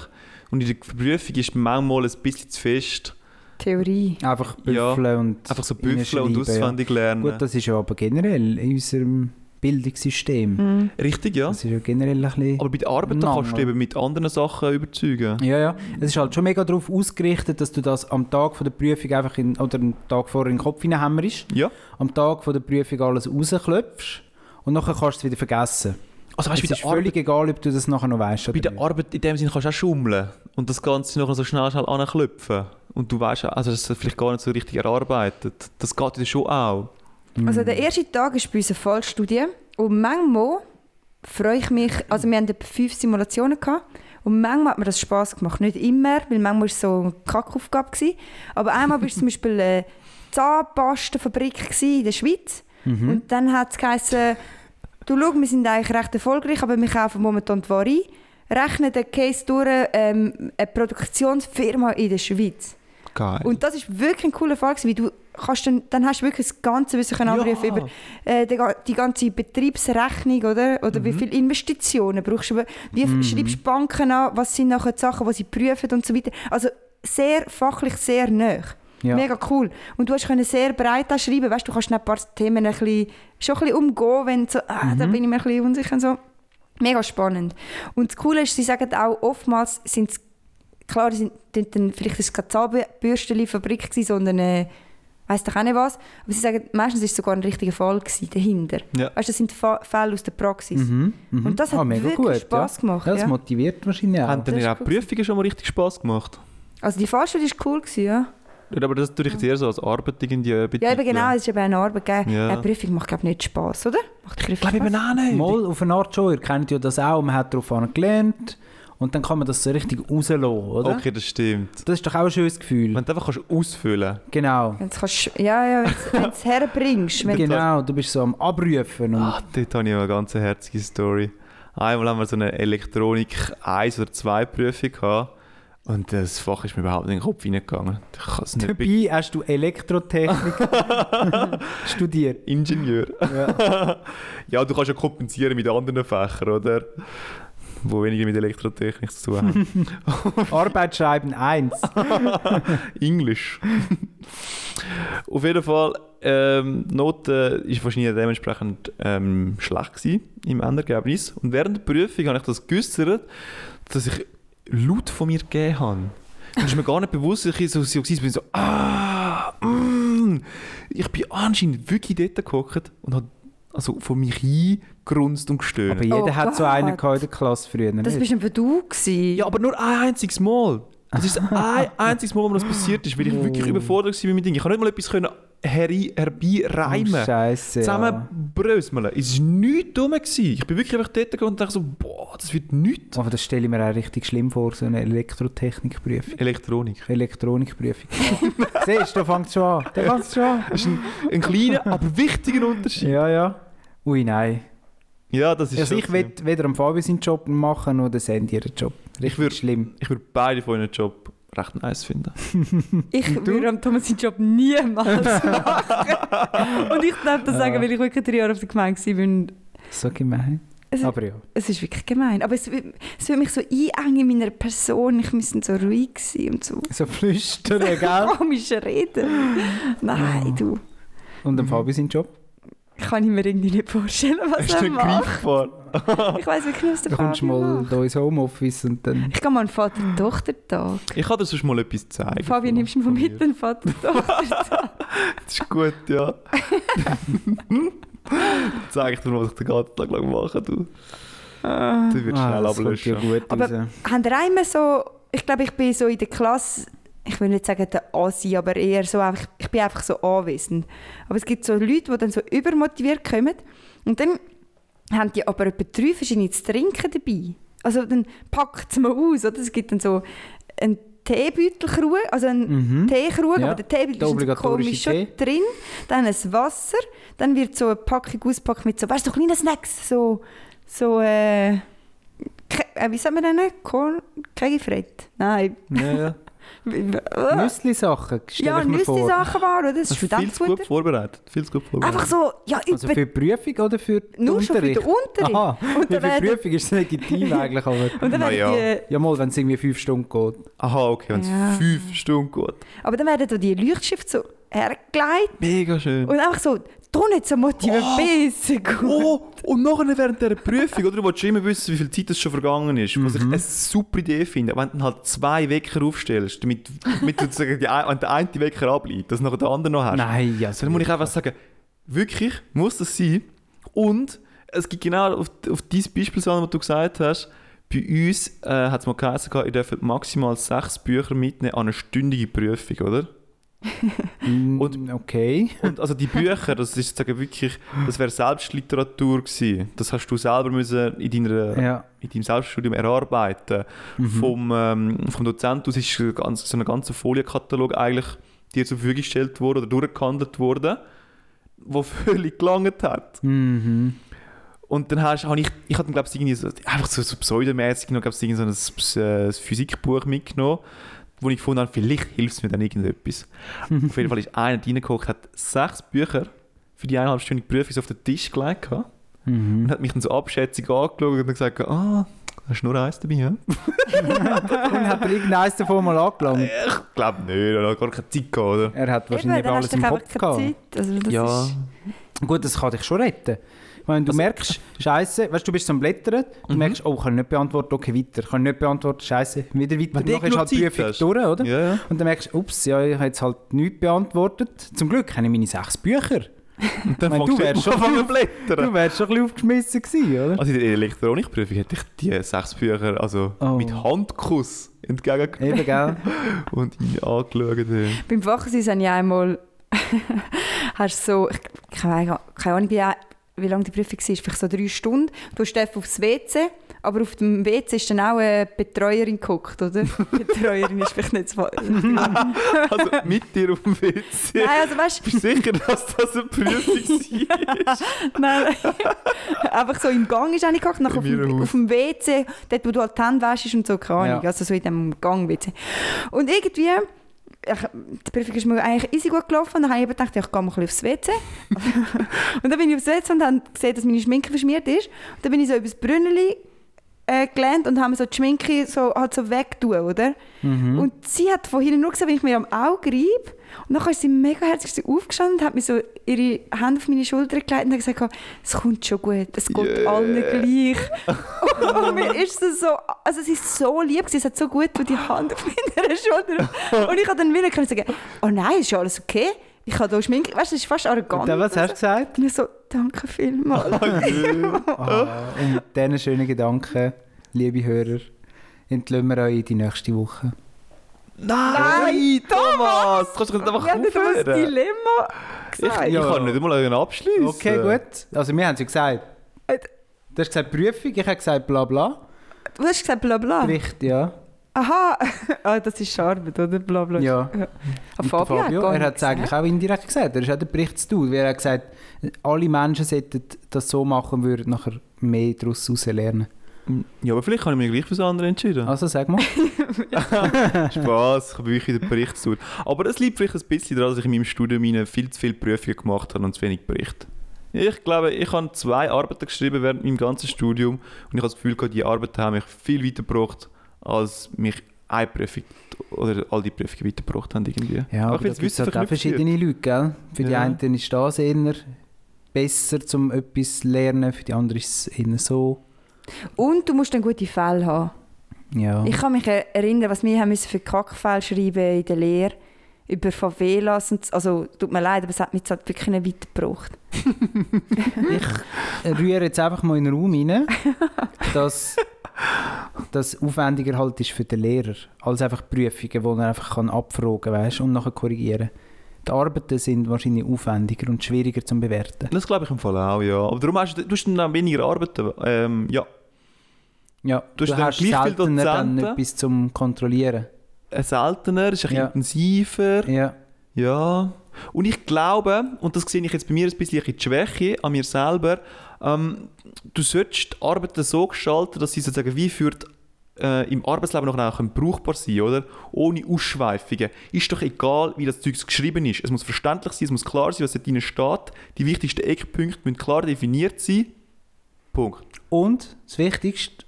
E: Und in der Prüfung ist manchmal ein bisschen zu fest.
C: Theorie.
D: ich. Einfach
E: Ja,
D: büffeln und.
E: Einfach so büffeln und
D: hineinschreiben,
E: auswendig
D: Ja.
E: lernen.
D: Gut, das ist ja aber generell in unserem Bildungssystem.
C: Mhm.
E: Richtig, ja.
D: Das ist ja generell ein bisschen.
E: Aber bei der Arbeit da
D: Mangel.
E: kannst du eben mit anderen Sachen überzeugen.
D: Ja, ja. Es ist halt schon mega darauf ausgerichtet, dass du das am Tag von der Prüfung einfach in, oder am Tag vorher in den Kopf hineinhämmerst,
E: Ja.
D: am Tag von der Prüfung alles rausklopfst und nachher kannst du es wieder vergessen.
E: Also
D: Es
E: weißt du, bei
D: ist
E: der Arbeit
D: völlig egal, ob du das nachher noch weißt.
E: Bei
D: oder
E: der
D: nicht.
E: Arbeit in dem Sinne kannst du auch schummeln und das Ganze noch so schnell, schnell anklopfen. Und du weißt, auch, also das ist vielleicht gar nicht so richtig erarbeitet. Das geht dir schon auch.
D: Mm. Mhm.
C: Also, der erste Tag ist bei uns eine Fallstudie. Und manchmal freue ich mich. Also, wir hatten etwa fünf Simulationen gehabt. Und manchmal hat mir das Spass gemacht. Nicht immer, weil manchmal war es so eine Kackaufgabe. Gewesen. Aber einmal war es zum Beispiel eine Zahnpastenfabrik gewesen in der Schweiz.
D: Mhm. Hm?
C: Und dann hat es geheißen, du schau, wir sind eigentlich recht erfolgreich, aber wir kaufen momentan die Ware ein. Rechne den Case durch, ähm, eine Produktionsfirma in der Schweiz.
E: Geil.
C: Und das ist wirklich ein cooler Fall, gewesen, weil du kannst dann, dann hast du wirklich das ganze Wissen können abrufen über äh, die, ga- die ganze Betriebsrechnung, oder? Oder wie viele Investitionen brauchst du? über- Wie schreibst du Banken an? Was sind nachher die Sachen, die sie prüfen und so weiter? Also sehr fachlich, sehr nah.
D: Ja.
C: Mega cool. Und du hast können sehr breit schreiben. Weißt, du kannst dann ein paar Themen ein bisschen, schon ein bisschen umgehen, wenn du so, ah, da
E: Mhm.
C: bin ich mir ein bisschen unsicher. und So. Mega spannend. Und das Coole ist, sie sagen auch, oftmals sind es, klar, sind, sind dann, vielleicht ist es keine Zahnbürstenfabrik, gewesen, sondern äh, weiß doch auch nicht was. Aber sie sagen, meistens ist es sogar ein richtiger Fall gewesen, dahinter.
E: Ja.
C: Weißt, du, das sind Fa Fälle aus der Praxis.
D: Mhm, mhm.
C: Und das hat wirklich Spass
D: ja.
C: gemacht,
D: Das
C: ja.
D: motiviert wahrscheinlich auch.
E: Haben dann
C: das
E: ja auch
C: ist cool.
E: Prüfungen schon mal richtig Spass gemacht?
C: Also die Fahrschule war cool, gewesen, ja.
E: Nicht, Aber das tue ich jetzt eher so als Arbeit irgendwie äh,
C: Ja, eben
E: betiteln.
C: genau, es ist eben eine Arbeit. Gell?
E: Ja.
C: Eine Prüfung macht, glaube ich, nicht Spass, oder? Macht die
E: Ich
C: Prüfung
E: glaube eben
C: Spass?
E: auch nicht.
D: Mal auf eine Art schon, ihr kennt ja das auch, man hat darauf gelernt und dann kann man das so richtig rauslassen, oder?
E: Okay, das stimmt.
D: Das ist doch auch ein schönes Gefühl.
E: Wenn du einfach kannst ausfüllen
D: genau.
C: Wenn's kannst, ja, ja, wenn du es herbringst. Wenn,
D: Genau, du bist so am Abrufen und
E: Ah, dort habe ich eine ganz herzige Story. Einmal haben wir so eine Elektronik 1 oder 2 Prüfung gehabt und das Fach ist mir überhaupt nicht in den Kopf reingegangen. Ich kann es nicht be-
D: dabei hast du Elektrotechnik studiert.
E: Ingenieur. Ja. du kannst ja kompensieren mit anderen Fächern, oder? Wo weniger mit Elektrotechnik zu tun haben.
D: Arbeitsschreiben 1.
E: Englisch. Auf jeden Fall, ähm, die Note ist wahrscheinlich dementsprechend ähm, schlecht gewesen im Endergebnis. Und während der Prüfung habe ich das geäussert, dass ich laut von mir gegeben habe. Und es ist mir gar nicht bewusst, dass ich so, so war. Ich bin so, ah, mm. Ich bin anscheinend wirklich dort gehockt und habe also vor mich hingerunzt und gestöhnt.
D: Aber jeder
C: Oh
D: hat so einen
C: Gott.
D: gehabt in der Klasse früher.
C: das
D: nicht?
C: bist eben du. Gewesen.
E: Ja, aber nur ein einziges Mal. Das ist das ein einziges Mal, wo mir das passiert ist, weil ich wirklich
D: Oh.
E: überfordert war mit Dingen. Ich konnte nicht mal etwas können heri- herbeireimen.
D: Oh, Scheiße. Ja.
E: Zusammenbröseln. Es war nichts dumm. gewesen. Ich bin wirklich einfach dort gegangen und dachte so, boah, das wird nichts.
D: Aber das stelle ich mir auch richtig schlimm vor, so eine Elektrotechnikprüfung.
E: Elektronik.
D: Elektronikprüfung. Siehst du, da fängt schon an. Da fängt schon an.
E: Das ist ein, ein kleiner, aber wichtiger Unterschied.
D: Ja, ja. Ui, nein.
E: Ja, das ist
D: Also
E: schon
D: ich
E: so.
D: will weder am Fabio seinen Job machen, noch den Sandy ihren Job. Richtig
E: würd-
D: schlimm.
E: ich würde beide von ihrem Job recht nice finden.
C: Ich würde am Thomas seinen Job niemals machen. und ich darf das sagen, weil ich wirklich drei Jahre auf der Gemeinde war.
D: So gemein.
C: Es,
D: Aber ja.
C: es ist wirklich gemein. Aber es, wü- es würde mich so einengen in meiner Person. Ich müsste so ruhig sein und so
D: So flüstern, gell?
C: komisch reden. Nein, du.
D: Und dem Fabi sein Job.
C: Kann ich mir irgendwie nicht vorstellen, was
E: Ist der
C: er macht.
E: greifbar?
C: Ich weiß wirklich nicht, was der
D: Dann kommst du
C: Fabio
D: mal
C: macht.
D: da ins Homeoffice und dann...
C: Ich gehe mal einen Vater-Tochter-Tag.
E: ich kann dir sonst mal etwas
D: Hm.
E: zeigen.
C: Fabi,
E: von-
C: nimmst du mal
E: von
C: mit
E: mir.
C: den Vater-Tochter-Tag?
E: Das ist gut, ja. Dann Zeig ich dir mal, was ich den ganzen Tag lang mache, du.
C: Ah.
E: Du wirst schnell
D: das kommt ja
E: ablöschen.
D: gut
C: Aber-
D: raus.
C: Haben ihr einmal so, ich glaube, ich bin so in der Klasse, ich will nicht sagen der Asi, aber eher so einfach, ich bin einfach so anwesend. Aber es gibt so Leute, die dann so übermotiviert kommen und dann haben die aber etwa drei verschiedene zu trinken dabei. Also dann packt es mal aus, oder? Es gibt dann so einen Teebeutelkrug, also einen
D: Mhm.
C: Teekrug,
D: Ja,
C: aber der Teebeutel
D: der
C: ist dann so
D: obligatorische
C: komisch schon
D: Tee.
C: drin, dann ein Wasser, dann wird so eine Packung ausgepackt mit so, weißt du, so kleinen Snacks, so, so, äh, Ke- äh, wie sagen wir denn? Korn, Kegelfrett? Nein.
E: Ja, ja.
C: Nüsse,
D: Nüssli-Sachen, stell
C: ja,
D: ich mir vor.
C: Nüsse-Sachen waren, oder? Das
E: Das
C: ist
E: ist viel zu gut
C: Studentenfutter.
E: vorbereitet. Viel zu gut vorbereitet.
C: Einfach so, ja, über,
D: Also für die Prüfung oder für den
C: nur schon für
D: Unterricht?
C: den Unterricht.
D: Aha,
C: Und
D: ja,
C: dann
D: für die
C: werden,
D: Prüfung ist es legitim eigentlich, aber...
C: und dann
E: Na
C: werden
E: ja.
C: die,
D: Ja mal, wenn es irgendwie fünf Stunden geht.
E: Aha, okay, wenn es
C: Ja.
E: fünf Stunden geht.
C: aber dann werden da die Leuchtschiffe so hergelegt
E: Mega schön.
C: und einfach so, du nicht so motiviert
E: Oh.
C: bist. Gut.
E: Oh, und nachher während dieser Prüfung, oder? Du willst schon immer wissen, wie viel Zeit es schon vergangen ist. Was ich eine super Idee finde, wenn du dann halt zwei Wecker aufstellst, damit, damit du sozusagen die, ein- wenn der eine Wecker ableitet, dass du nachher den anderen noch hast.
D: Nein, ja.
E: Also dann muss ich einfach sagen, wirklich muss das sein. Und es gibt genau auf, auf dieses Beispiel, Sandra, was du gesagt hast, bei uns äh, hat es mal geheißen, ihr dürft maximal sechs Bücher mitnehmen an eine stündige Prüfung, oder?
D: Und, mm, okay.
E: Und also die Bücher, das ist sozusagen wirklich, das wäre Selbstliteratur gewesen. Das hast du selber müssen in, deiner,
D: Ja.
E: in deinem Selbststudium erarbeiten. Vom, ähm, vom Dozent aus ist so ganz- so ein ganzer Folienkatalog eigentlich dir zur Verfügung gestellt worden oder durchgehandelt worden, wo völlig gelangt hat.
D: Mhm.
E: Und dann hast, habe ich, ich hatte glaube ich irgendwie so, einfach so, so pseudomäßig noch, glaube ich, irgend so ein, äh, ein Physikbuch mitgenommen, wo ich gefunden habe, vielleicht hilft es mir dann irgendetwas. auf jeden Fall ist einer reingeguckt, hat sechs Bücher für die eineinhalbstündige Prüfung so auf den Tisch gelegt gehabt und
D: Mhm.
E: hat mich dann so abschätzig angeschaut und dann gesagt, ah, hast du nur eins dabei, ja?
D: Und hat er irgendeines davon mal angelangt?
E: Ich glaube nicht, er hat gar keine Zeit gehabt, oder?
D: Er hat
C: Eben,
D: wahrscheinlich
C: dann
D: alles
C: hast du
D: im
C: doch
D: Kopf
C: einfach keine
D: gehabt.
C: Zeit. Also das ist,
D: Gut, das kann dich schon retten. Wenn du merkst, Scheiße, weißt du, du bist so am Blättern, du
E: Also- Mhm.
D: merkst, oh, ich kann nicht beantworten, okay, weiter, ich kann nicht beantworten, Scheiße, wieder weiter,
E: Wenn du
D: nachher ist halt die
E: genug Zeit
D: Prüfung
E: hast.
D: durch, oder?
E: Ja, ja.
D: Und dann merkst du, ups, ja, ich habe jetzt halt nichts beantwortet. Zum Glück habe ich meine sechs Bücher.
E: Und dann
D: Ich meine,
E: fängst
D: du
E: du
D: wärst
E: schon
D: schon-
E: an zu blättern.
D: Du wärst schon ein bisschen aufgeschmissen gewesen, oder?
E: Also in der Elektronikprüfung hätte ich die sechs Bücher also
D: Oh.
E: mit Handkuss entgegengenommen
D: Eben, gell?
E: und ihn angeschaut. ey.
C: Beim Wachsein habe ich einmal hast so, ich, ich habe keine Ahnung, wie, wie lange die Prüfung war, vielleicht so drei Stunden. Du stehst aufs WC, aber auf dem WC ist dann auch eine Betreuerin geguckt, oder? Betreuerin ist vielleicht nicht so... Nein,
E: Also mit dir auf dem WC.
C: also weißt
E: Bist du sicher, dass das eine Prüfung war?
C: Nein, einfach so im Gang ist eine gehackt, nachher auf,
E: In meinem
C: dem-
E: Haus.
C: auf dem WC, dort wo du halt die Hände wäschst und so, keine Ahnung,
D: Ja.
C: also so in dem Gang-WC. Und irgendwie, ich, die Prüfung ist mir eigentlich easy gut gelaufen, dann habe ich eben gedacht, ja, ich gehe mal ein bisschen aufs WC. und dann bin ich aufs WC und habe gesehen, dass meine Schminke verschmiert ist. Und dann bin ich so übers Brünneli äh, gelernt und haben so die Schminke so, halt so weggetan, oder?
D: Mhm.
C: Und sie hat von hinten nur gesehen, wie ich mir am Auge reibe. Und dann ist sie mega herzlich aufgestanden und hat mir so ihre Hände auf meine Schulter gelegt und hat gesagt, es kommt schon gut, es geht
E: Yeah.
C: allen gleich. und mir ist das so, also sie ist so lieb, gewesen, es hat so gut die Hand auf meiner Schulter. Und ich habe dann wieder können sagen, oh nein, ist ja alles okay, ich habe hier Schminke, weißt du, das ist fast arrogant.
D: Und dann, was hast du gesagt?
C: Und ich so, danke vielmals.
D: Ah, und mit diesen schönen Gedanken, liebe Hörer, entlömen wir euch in die nächste Woche.
E: Nein, Thomas! Kannst du nicht einfach
C: Wir haben über das
E: aufhören?
C: Dilemma gesagt.
E: Ich, ich kann nicht mal einen abschließen.
D: Okay, gut. Also wir haben es ja gesagt.
E: Äh,
D: Du hast gesagt Prüfung, ich habe gesagt bla bla.
C: Du hast gesagt bla
E: Ah.
C: bla.
D: Gericht, ja.
C: Aha, ah, das ist Arbeit, oder? Bla bla.
D: Ja.
C: Aber
D: Und der
C: Fabio, hat gar
D: er hat
C: nichts
D: es eigentlich
C: gesagt.
D: auch indirekt gesagt. Er ist auch der Bericht zu tun. weil Er hat gesagt, alle Menschen sollten das so machen, würden nachher mehr daraus raus lernen.
E: Ja, aber vielleicht kann ich mich gleich für das andere entschieden.
D: Also sag mal.
E: Spaß, ich habe wirklich den Bericht zu. tun. Aber es liegt vielleicht ein bisschen daran, dass ich in meinem Studium hinein viel zu viele Prüfungen gemacht habe und zu wenig Berichte. Ich glaube, ich habe zwei Arbeiten geschrieben während meinem ganzen Studium und ich habe das Gefühl, gehabt, die Arbeiten haben mich viel weitergebracht, als mich eine Prüfung oder all die Prüfungen weitergebracht haben irgendwie.
D: Ja,
E: Aber
D: aber
E: ich will
D: da
E: das
D: gibt es
E: Wissen
D: halt auch
E: verknüpft
D: verschiedene Leute, gell? Für die
E: Ja.
D: einen ist das eher besser, um etwas zu lernen, für die anderen ist es eher so.
C: Und du musst dann gute Fälle haben.
D: Ja.
C: Ich kann mich er- erinnern, was wir haben müssen für Kackfälle schreiben in der Lehre über Favelas. Und, s- also tut mir leid, aber es hat mich jetzt halt wirklich nicht weitergebracht.
D: rühre jetzt einfach mal in den Raum rein, dass das aufwendiger halt ist für den Lehrer, als einfach die Prüfungen, wo er einfach kann abfragen kann und nachher korrigieren Die Arbeiten sind wahrscheinlich aufwendiger und schwieriger zu bewerten.
E: Das glaube ich im Fall auch, ja. Aber darum hast du, du hast dann auch weniger Arbeiten. Ähm, ja,
D: Ja,
E: Du
D: du,
E: hast dann
D: hast
E: gleich viele
D: seltener dann
E: Dozenten.
D: etwas zum Kontrollieren.
E: Äh, seltener, ist ein bisschen
D: Ja.
E: intensiver.
D: Ja,
E: Ja. Und ich glaube, und das sehe ich jetzt bei mir ein bisschen die Schwäche an mir selber, ähm, du solltest die Arbeiten so gestalten, dass sie sozusagen wie für die, äh, im Arbeitsleben nachher auch können brauchbar sein oder? Ohne Ausschweifungen. Ist doch egal, wie das Zeug geschrieben ist. Es muss verständlich sein, es muss klar sein, was da drin steht. Die wichtigsten Eckpunkte müssen klar definiert sein. Punkt.
D: Und das Wichtigste,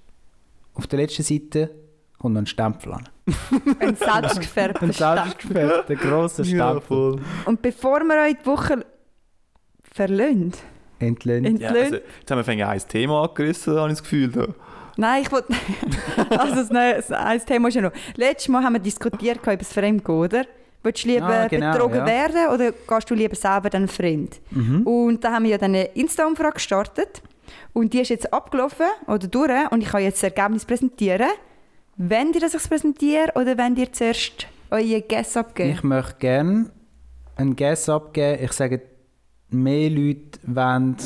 D: auf der letzten Seite kommt noch ein Stempel an.
C: Ein selbstgefärbter Stempel.
D: selbstgefärbter, grosser Stempel.
E: voll.
C: Und bevor wir euch die Woche verlöhnt,
D: Entlöhnt.
E: Ja,
C: entlöhnt,
E: also, jetzt haben wir ein Thema angerissen, habe ich das Gefühl. Da.
C: Nein, ich wollte. also, das neue das ein Thema ist ja noch. Letztes Mal haben wir diskutiert über das Fremdgehen, oder? Willst du lieber
D: Ah, genau,
C: betrogen
D: ja.
C: werden oder gehst du lieber selber dann fremd?
D: Mhm.
C: Und da haben wir ja dann eine Insta-Umfrage gestartet. Und die ist jetzt abgelaufen oder durch. Und ich kann jetzt das Ergebnis präsentieren. Wenn ihr das ich präsentiere oder wenn ihr zuerst euer Guess abgeben?
D: Ich möchte gerne einen Guess abgeben. Ich sage, mehr Leute wollen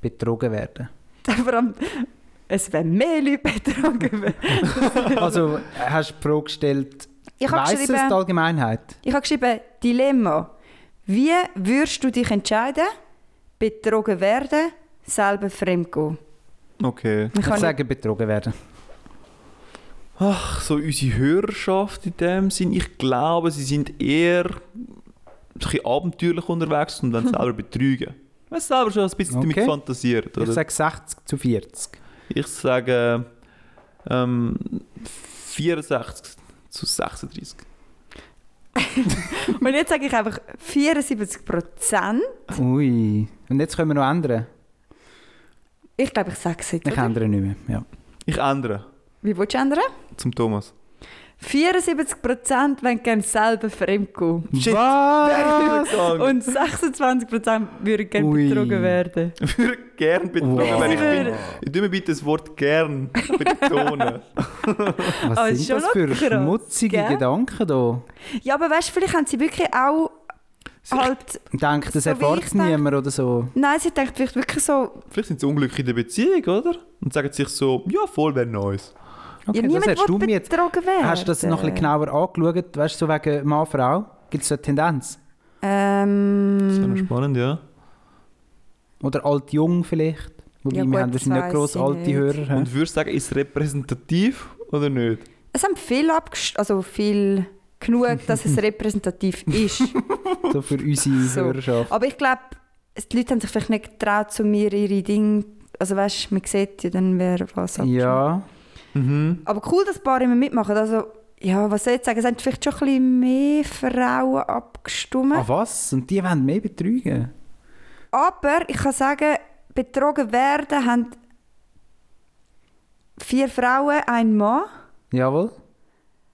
D: betrogen werden.
C: Vor allem, es werden mehr Leute betrogen.
D: Also hast du die Frage gestellt,
C: Ich habe
D: weiss es die
C: geschrieben,
D: Allgemeinheit?
C: Ich habe geschrieben, Dilemma. Wie würdest du dich entscheiden, betrogen werden, selber fremdgehen?
E: Okay.
C: Ich
D: Ich
C: habe
D: sage betrogen werden.
E: Ach, so unsere Hörerschaft in dem Sinn, ich glaube, sie sind eher ein bisschen abenteuerlich unterwegs und wollen selber betrügen. Wenn sie selber schon ein bisschen damit
D: Okay.
E: fantasiert. Oder?
D: Ich sage 60 zu 40.
E: Ich sage ähm, 64 zu 36.
C: und jetzt sage ich einfach 74 Prozent.
D: Ui. Und jetzt können wir noch ändern.
C: Ich glaube, ich sage es jetzt.
D: Ich
C: oder?
D: ändere nicht mehr. Ja.
E: Ich ändere
C: Wie willst du ändern?
E: zum Thomas.
C: 74 Prozent wollen gerne selber fremdgehen.
E: Shit.
D: Was?
C: Und 26 Prozent würden gerne
D: Ui.
C: betrogen werden.
E: Ich würde gern betrogen
D: Wow.
E: werden. Ich bin.
C: Wow.
E: Ich tu mir bitte das Wort gern betonen.
D: Was
C: Ah, ist schon
D: sind das für
C: noch krass,
D: schmutzige
C: gell?
D: Gedanken da?
C: Ja, aber weißt du, vielleicht haben sie wirklich auch halt.
D: Denkt, das
C: So wie ich
D: erfährt
C: denk-
D: niemand oder so?
C: Nein, sie denkt vielleicht wirklich so.
E: Vielleicht sind sie unglücklich in der Beziehung, oder? Und sagen sich so, ja, voll wäre nice.
D: Okay,
C: ja,
D: das
C: niemand
D: hast du
C: will
D: mir jetzt
C: betrogen werden.
D: Hast du das noch ein bisschen genauer angeschaut? Weißt du, so wegen Mann, Frau? Gibt es so eine Tendenz?
E: Das wäre noch
D: Mm.
C: Ähm,
E: spannend, ja.
D: Oder alt, jung vielleicht? Wobei
C: Ja,
D: wir
C: gut,
D: haben wahrscheinlich
C: das
D: nicht gross
C: weiss ich
D: alte
C: nicht.
D: Hörer. hä?
E: Und würdest du sagen, ist es repräsentativ oder nicht?
C: Es haben viel abgest also viel genug, dass es repräsentativ ist.
D: so für unsere
C: So.
D: Hörerschaft.
C: Aber ich glaube, die Leute haben sich vielleicht nicht getraut, zu mir ihre Dinge. Also weißt, man sieht ja dann, wer was abgestimmt hat.
D: Ja,
E: Mhm.
C: Aber cool, dass ein paar immer mitmachen. Also, ja, was soll ich sagen? Es haben vielleicht schon ein bisschen mehr Frauen abgestimmt.
D: ah was? Und die wollen mehr betrügen?
C: Aber ich kann sagen, betrogen werden haben vier Frauen, ein Mann.
D: Jawohl.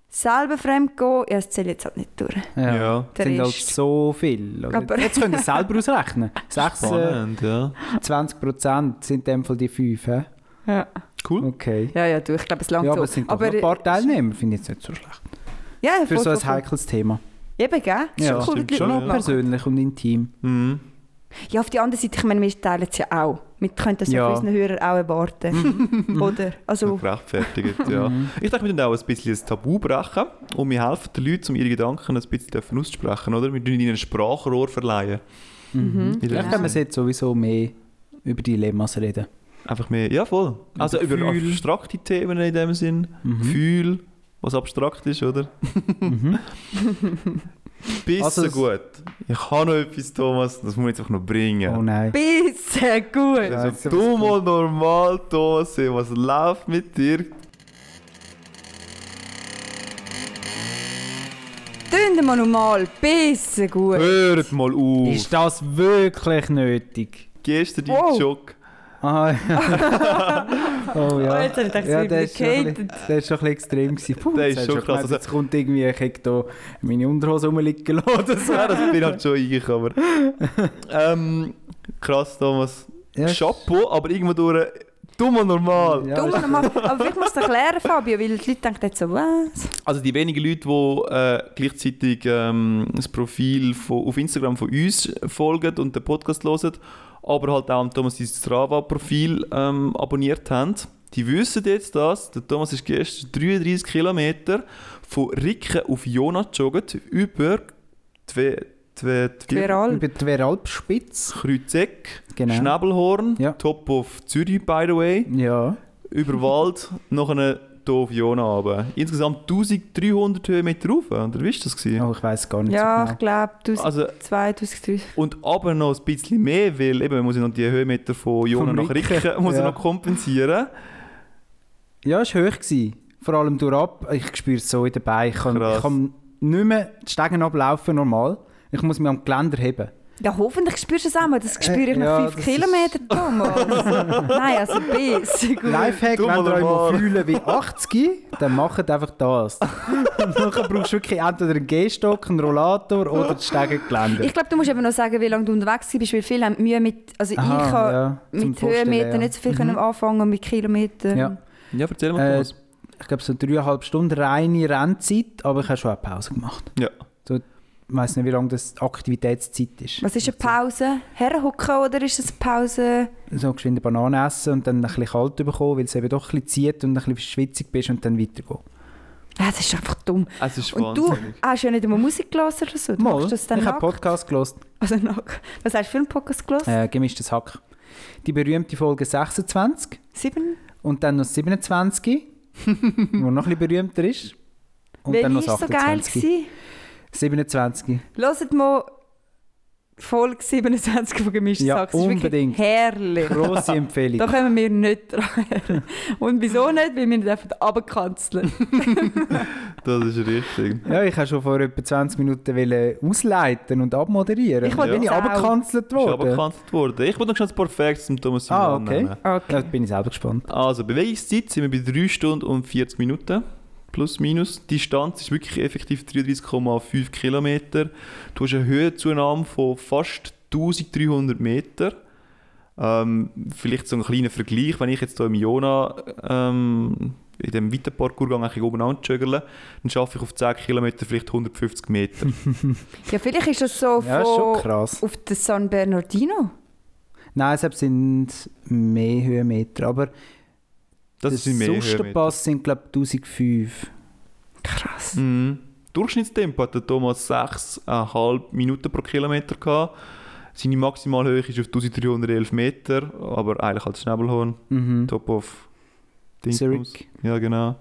C: Selber fremdgehen, ja, das zähle ich jetzt halt nicht durch.
E: Ja.
C: Der
D: sind halt
C: Rest.
D: so viel. oder?
C: Aber-
D: Jetzt könnt ihr selber ausrechnen. 26,
E: Spannend, ja.
D: 20 Prozent sind in dem Fall die 5. He?
C: Ja,
E: Cool.
D: Okay.
C: ja, Hm? ja du, ich glaube, es langt
D: Ja,
C: so.
D: aber es sind doch noch ein paar Teilnehmer, finde ich jetzt nicht so schlecht.
C: Ja,
D: Für
C: voll,
D: so
C: voll,
D: ein
C: voll.
D: heikles Thema.
C: Eben, gell?
D: Ja,
C: Ja, cool, wenn
E: stimmt
C: die Leute
E: schon, ja.
C: mitmachen.
D: Persönlich und intim.
E: Mhm.
C: ja, auf die andere Seite, ich meine, wir teilen es ja auch. Wir können das ja
D: Ja.
C: von unseren Hörern auch erwarten. Oder? Also,
E: Gerechtfertigt, ja.
D: Mhm.
E: Ich denke, wir können auch ein bisschen ein Tabu brechen und wir helfen den Leuten, um ihre Gedanken ein bisschen dürfen auszusprechen, oder? Wir tun ihnen ein Sprachrohr verleihen.
C: mhm.
E: In dem
D: Vielleicht können wir
E: Sinne.
D: jetzt sowieso mehr über Dilemmas reden.
E: Einfach mehr, ja voll. Also über
D: Gefühl.
E: abstrakte Themen in dem Sinn,
D: Mhm.
E: Gefühl, was abstrakt ist, oder?
D: Mhm.
E: Bisschen
D: Also es-
E: gut. Ich habe noch etwas, Thomas, das muss ich jetzt einfach noch bringen.
D: Oh nein.
C: Bisschen gut.
D: Ja, jetzt
E: also,
D: ist
E: du
D: was
E: mal normal, Thomas, ey, was läuft mit dir?
C: Tun wir mal normal. Bisschen gut.
E: Hört mal auf.
D: Ist das wirklich nötig?
E: Gestern dein
C: Wow.
E: Jog.
D: Ah, ja. oh ja.
C: Oh, jetzt habe ich gedacht,
D: ja,
C: sie
D: der ist schon ein bisschen,
C: übercated.
D: der ist schon ein bisschen extrem gewesen. Puh,
E: Der
D: jetzt
E: ist
D: hast
E: schon
D: du
E: krass.
D: gemeint, Jetzt kommt irgendwie, ich hätte da meine Unterhose rumliegen lassen oder so.
E: Ja, das bin halt schon ich, aber. ähm, krass, Thomas.
D: Ja,
E: Chapeau, aber irgendwo durch. Du mal normal.
D: Ja,
C: Tun wir
D: ist-
C: normal. Aber ich muss es erklären, Fabio, weil die Leute denken jetzt so, was?
E: Also die wenigen Leute, die äh, gleichzeitig ähm, das Profil von, auf Instagram von uns folgen und den Podcast hören, aber halt auch am Thomas sein Strava-Profil ähm, abonniert haben, die wissen jetzt das. Der Thomas ist gestern 33 Kilometer von Ricken auf Jona gejoggt über die, die, die
C: Viral.
D: Über die Tveralpspitz.
E: Kreuzeck,
D: Genau.
E: Schnäbelhorn,
D: Ja.
E: top of Zürich by the way,
D: Ja.
E: über Wald, noch eine auf Jona runter. Insgesamt 1300 Höhenmeter rauf, oder wie war das? Gewesen?
D: Oh, ich weiß gar nicht
C: Ja,
D: so
C: ich glaube,
E: Also,
C: 2003.
E: und aber noch ein bisschen mehr, weil eben, man muss ja noch die Höhenmeter von Jona
D: Vom
E: nach
D: Ricken,
E: Ricken muss
D: ja.
E: er noch kompensieren.
D: Ja, es war hoch. Gewesen. Vor allem durchab. Ich spüre es so in den Beinen. Ich kann,
E: Krass.
D: ich kann nicht mehr die Stegen ablaufen normal. Ich muss mich am Geländer heben.
C: Ja, hoffentlich spürst du es auch mal. Das spüre ich
D: Äh,
C: nach
D: ja,
C: 5
D: das
C: Kilometern, Thomas. Nein, also bisschen gut.
D: Lifehack,
E: Du
D: wenn ihr euch
E: mal.
D: mal fühlen wie 80, dann macht einfach das. Und dann brauchst du wirklich entweder einen Gehstock, einen Rollator oder das Stegengeländer.
C: Ich glaube, du musst eben noch sagen, wie lange du unterwegs bist, weil viele haben Mühe mit. Also
D: Aha,
C: ich kann
D: ja, zum
C: mit
D: Vorstellen,
C: Höhenmetern
D: ja. Mhm.
C: nicht so viel können anfangen, mit Kilometern.
D: Ja.
E: Ja, erzähl
D: Äh,
E: mal, Thomas.
D: Ich glaube, so dreieinhalb Stunden reine Rennzeit, aber ich habe schon eine Pause gemacht.
E: Ja.
D: So, ich weiß nicht, wie lange das Aktivitätszeit ist.
C: Was ist eine Pause? Herhocken oder ist es eine Pause?
D: so geschwind eine Banane essen und dann ein bisschen kalt bekommen, weil es eben doch ein bisschen zieht und ein bisschen schwitzig bist und dann weitergehen.
C: Ah, das ist einfach dumm.
E: Es ist
C: Und du
E: wahnsinnig.
C: hast ja nicht immer Musik gelesen oder so. Du machst das dann
D: ich habe
C: nackt.
D: Podcast gelesen,
C: Also nackt. Was hast du für einen Podcast gelesen?
D: äh, gemischtes Hack. Die berühmte Folge 26
C: Sieben?
D: und dann noch 27, wo noch ein bisschen berühmter ist. Und
C: Welche
D: dann noch
C: war so geil?
D: 28.
C: Gewesen?
D: 27.
C: Hört mal Folge 27 von «Gemischte
D: Ja,
C: Sache». Das ist wirklich
D: unbedingt.
C: Herrlich.
D: Grosse Empfehlung.
C: Da kommen wir nicht dran. Und wieso nicht? Weil wir nicht einfach abkanzeln.
E: Das ist richtig.
D: Ja, ich habe schon vor etwa 20 Minuten wollen ausleiten und abmoderieren.
C: Ich
D: Und dann
C: wollte
D: bin ich
C: das auch.
D: abgekanzelt
E: Ist
D: worden.
E: abgekanzelt worden. Ich wollte noch schnell das Perfekt zum Thomas
D: Ah,
E: Simon
D: okay.
E: nehmen.
D: Ja, jetzt bin ich selber gespannt.
E: Also, Bewegungszeit sind wir bei 3 Stunden und 40 Minuten. Plus, minus. Die Distanz ist wirklich effektiv 33,5 Kilometer. Du hast eine Höhenzunahme von fast 1300 Meter. Ähm, vielleicht so ein kleiner Vergleich, wenn ich jetzt hier im Jona ähm, in dem weiten Parkourgang eigentlich oben anzögerle, dann schaffe ich auf 10 Kilometer vielleicht 150 Meter.
C: Ja, vielleicht ist das so
D: Ja, ist schon
C: von
D: krass.
C: auf den San Bernardino.
D: Nein, selbst sind mehr Höhenmeter, aber
E: Das,
D: der
E: sind mehr Höhenmeter.
D: Susterpass sind glaube ich 1005.
C: Krass.
E: Mhm. Durchschnittstempo hat der Thomas 6,5 Minuten pro Kilometer gehabt. Seine Maximalhöhe ist auf 1311 Meter, aber eigentlich als Schnäbelhorn.
D: Mhm.
E: Top of Dingsbums.
D: Zurück.
E: Ja, genau.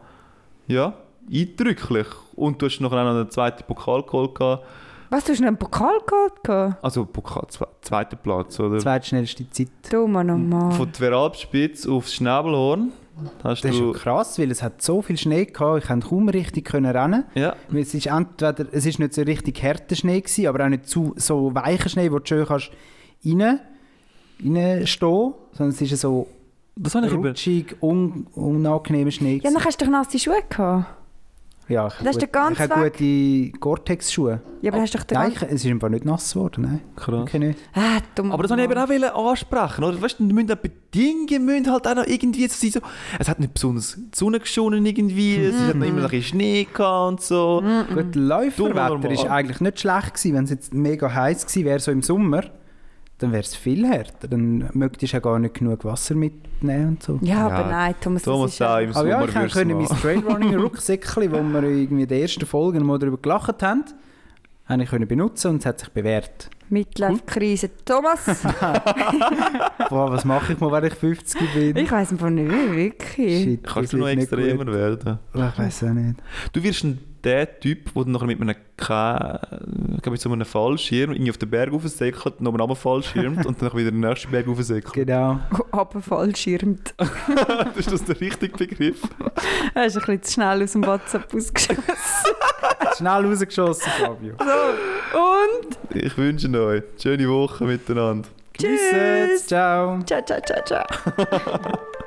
E: Ja, eindrücklich. Und du hast nachher auch noch einen zweiten Pokal geholt. gehabt.
C: Was, du hast noch einen Pokal geholt? gehabt?
E: Also Pokal, zwe zweiter Platz, oder?
D: Zweitschnellste Zeit.
C: Du mal nochmal.
E: Von Tveralpspitz aufs Schnäbelhorn. Hast
D: Das ist schon
E: du.
D: krass, weil es hat so viel Schnee gehabt, ich konnte kaum richtig können rennen.
E: Ja,
D: Weil Es ist entweder, es ist nicht so richtig härter Schnee gewesen, aber auch nicht zu, so weicher Schnee, wo du schön kannst rein, reinstehen, sondern es ist so
E: das habe ich über.
D: rutschig, un, unangenehmer Schnee.
C: Ja,
D: gewesen.
C: dann hast du doch nasse Schuhe gehabt.
D: ja ich habe
C: Das ist
D: gut-
C: der ganze
D: Ich habe gute Gore-Tex-Schuhe.
C: Ja, aber hast du doch den
D: Nein,
C: ganzen...
D: ich, es ist einfach nicht nass geworden, nein.
E: Krass.
D: Okay, nicht.
C: Ah, du
E: Aber das wollte ich eben auch wollen ansprechen. Oder? Weißt du, wir müssen auch Bedingungen müssen halt auch noch irgendwie so sein. So, es hat nicht besonders die Sonne geschonen irgendwie,
D: Mhm.
E: es hat noch immer noch ein bisschen Schnee gehabt und so.
C: Mhm.
D: Gut,
E: Du,
D: Läuferwetter
E: normal.
D: ist eigentlich nicht schlecht gewesen. Wenn es jetzt mega heiß gewesen wäre, so im Sommer, dann wäre es viel härter. Dann möchtest du ja gar nicht genug Wasser mitnehmen und so.
C: Ja,
E: Ja.
C: aber nein, Thomas, das
E: Thomas
C: ist ja-
E: auch im
D: Aber
E: Sommer
D: ja, ich
E: würd's
D: konnte mein
E: machen.
D: Trailrunning-Rucksäckchen, wo wir irgendwie in der ersten Folge mal darüber gelacht haben, habe ich können benutzen und es hat sich bewährt.
C: Midlife-Krise. Thomas,
D: Boah, was mache ich mal, wenn ich 50 bin?
C: ich weiss einfach nicht, wirklich.
D: Shit, das
E: Kannst du
D: wird
E: noch
D: nicht
E: extremer
D: gut.
E: werden?
D: Ich weiß auch nicht.
E: Du wirst ein der Typ, der dann nachher mit einem, Ke- ich glaube mit so einem Fallschirm irgendwie auf den Berg raufsäckelt, nochmal runter fallschirmt und dann wieder den nächsten Berg raufsäckelt.
D: Genau.
C: Aber fallschirmt.
E: ist das der richtige Begriff?
C: Er ist ein bisschen zu schnell aus dem WhatsApp ausgeschossen.
D: Schnell rausgeschossen, Fabio.
C: So, und
E: Ich wünsche euch eine schöne Woche miteinander.
C: Tschüss.
D: Ciao.
C: ciao, ciao, ciao, ciao.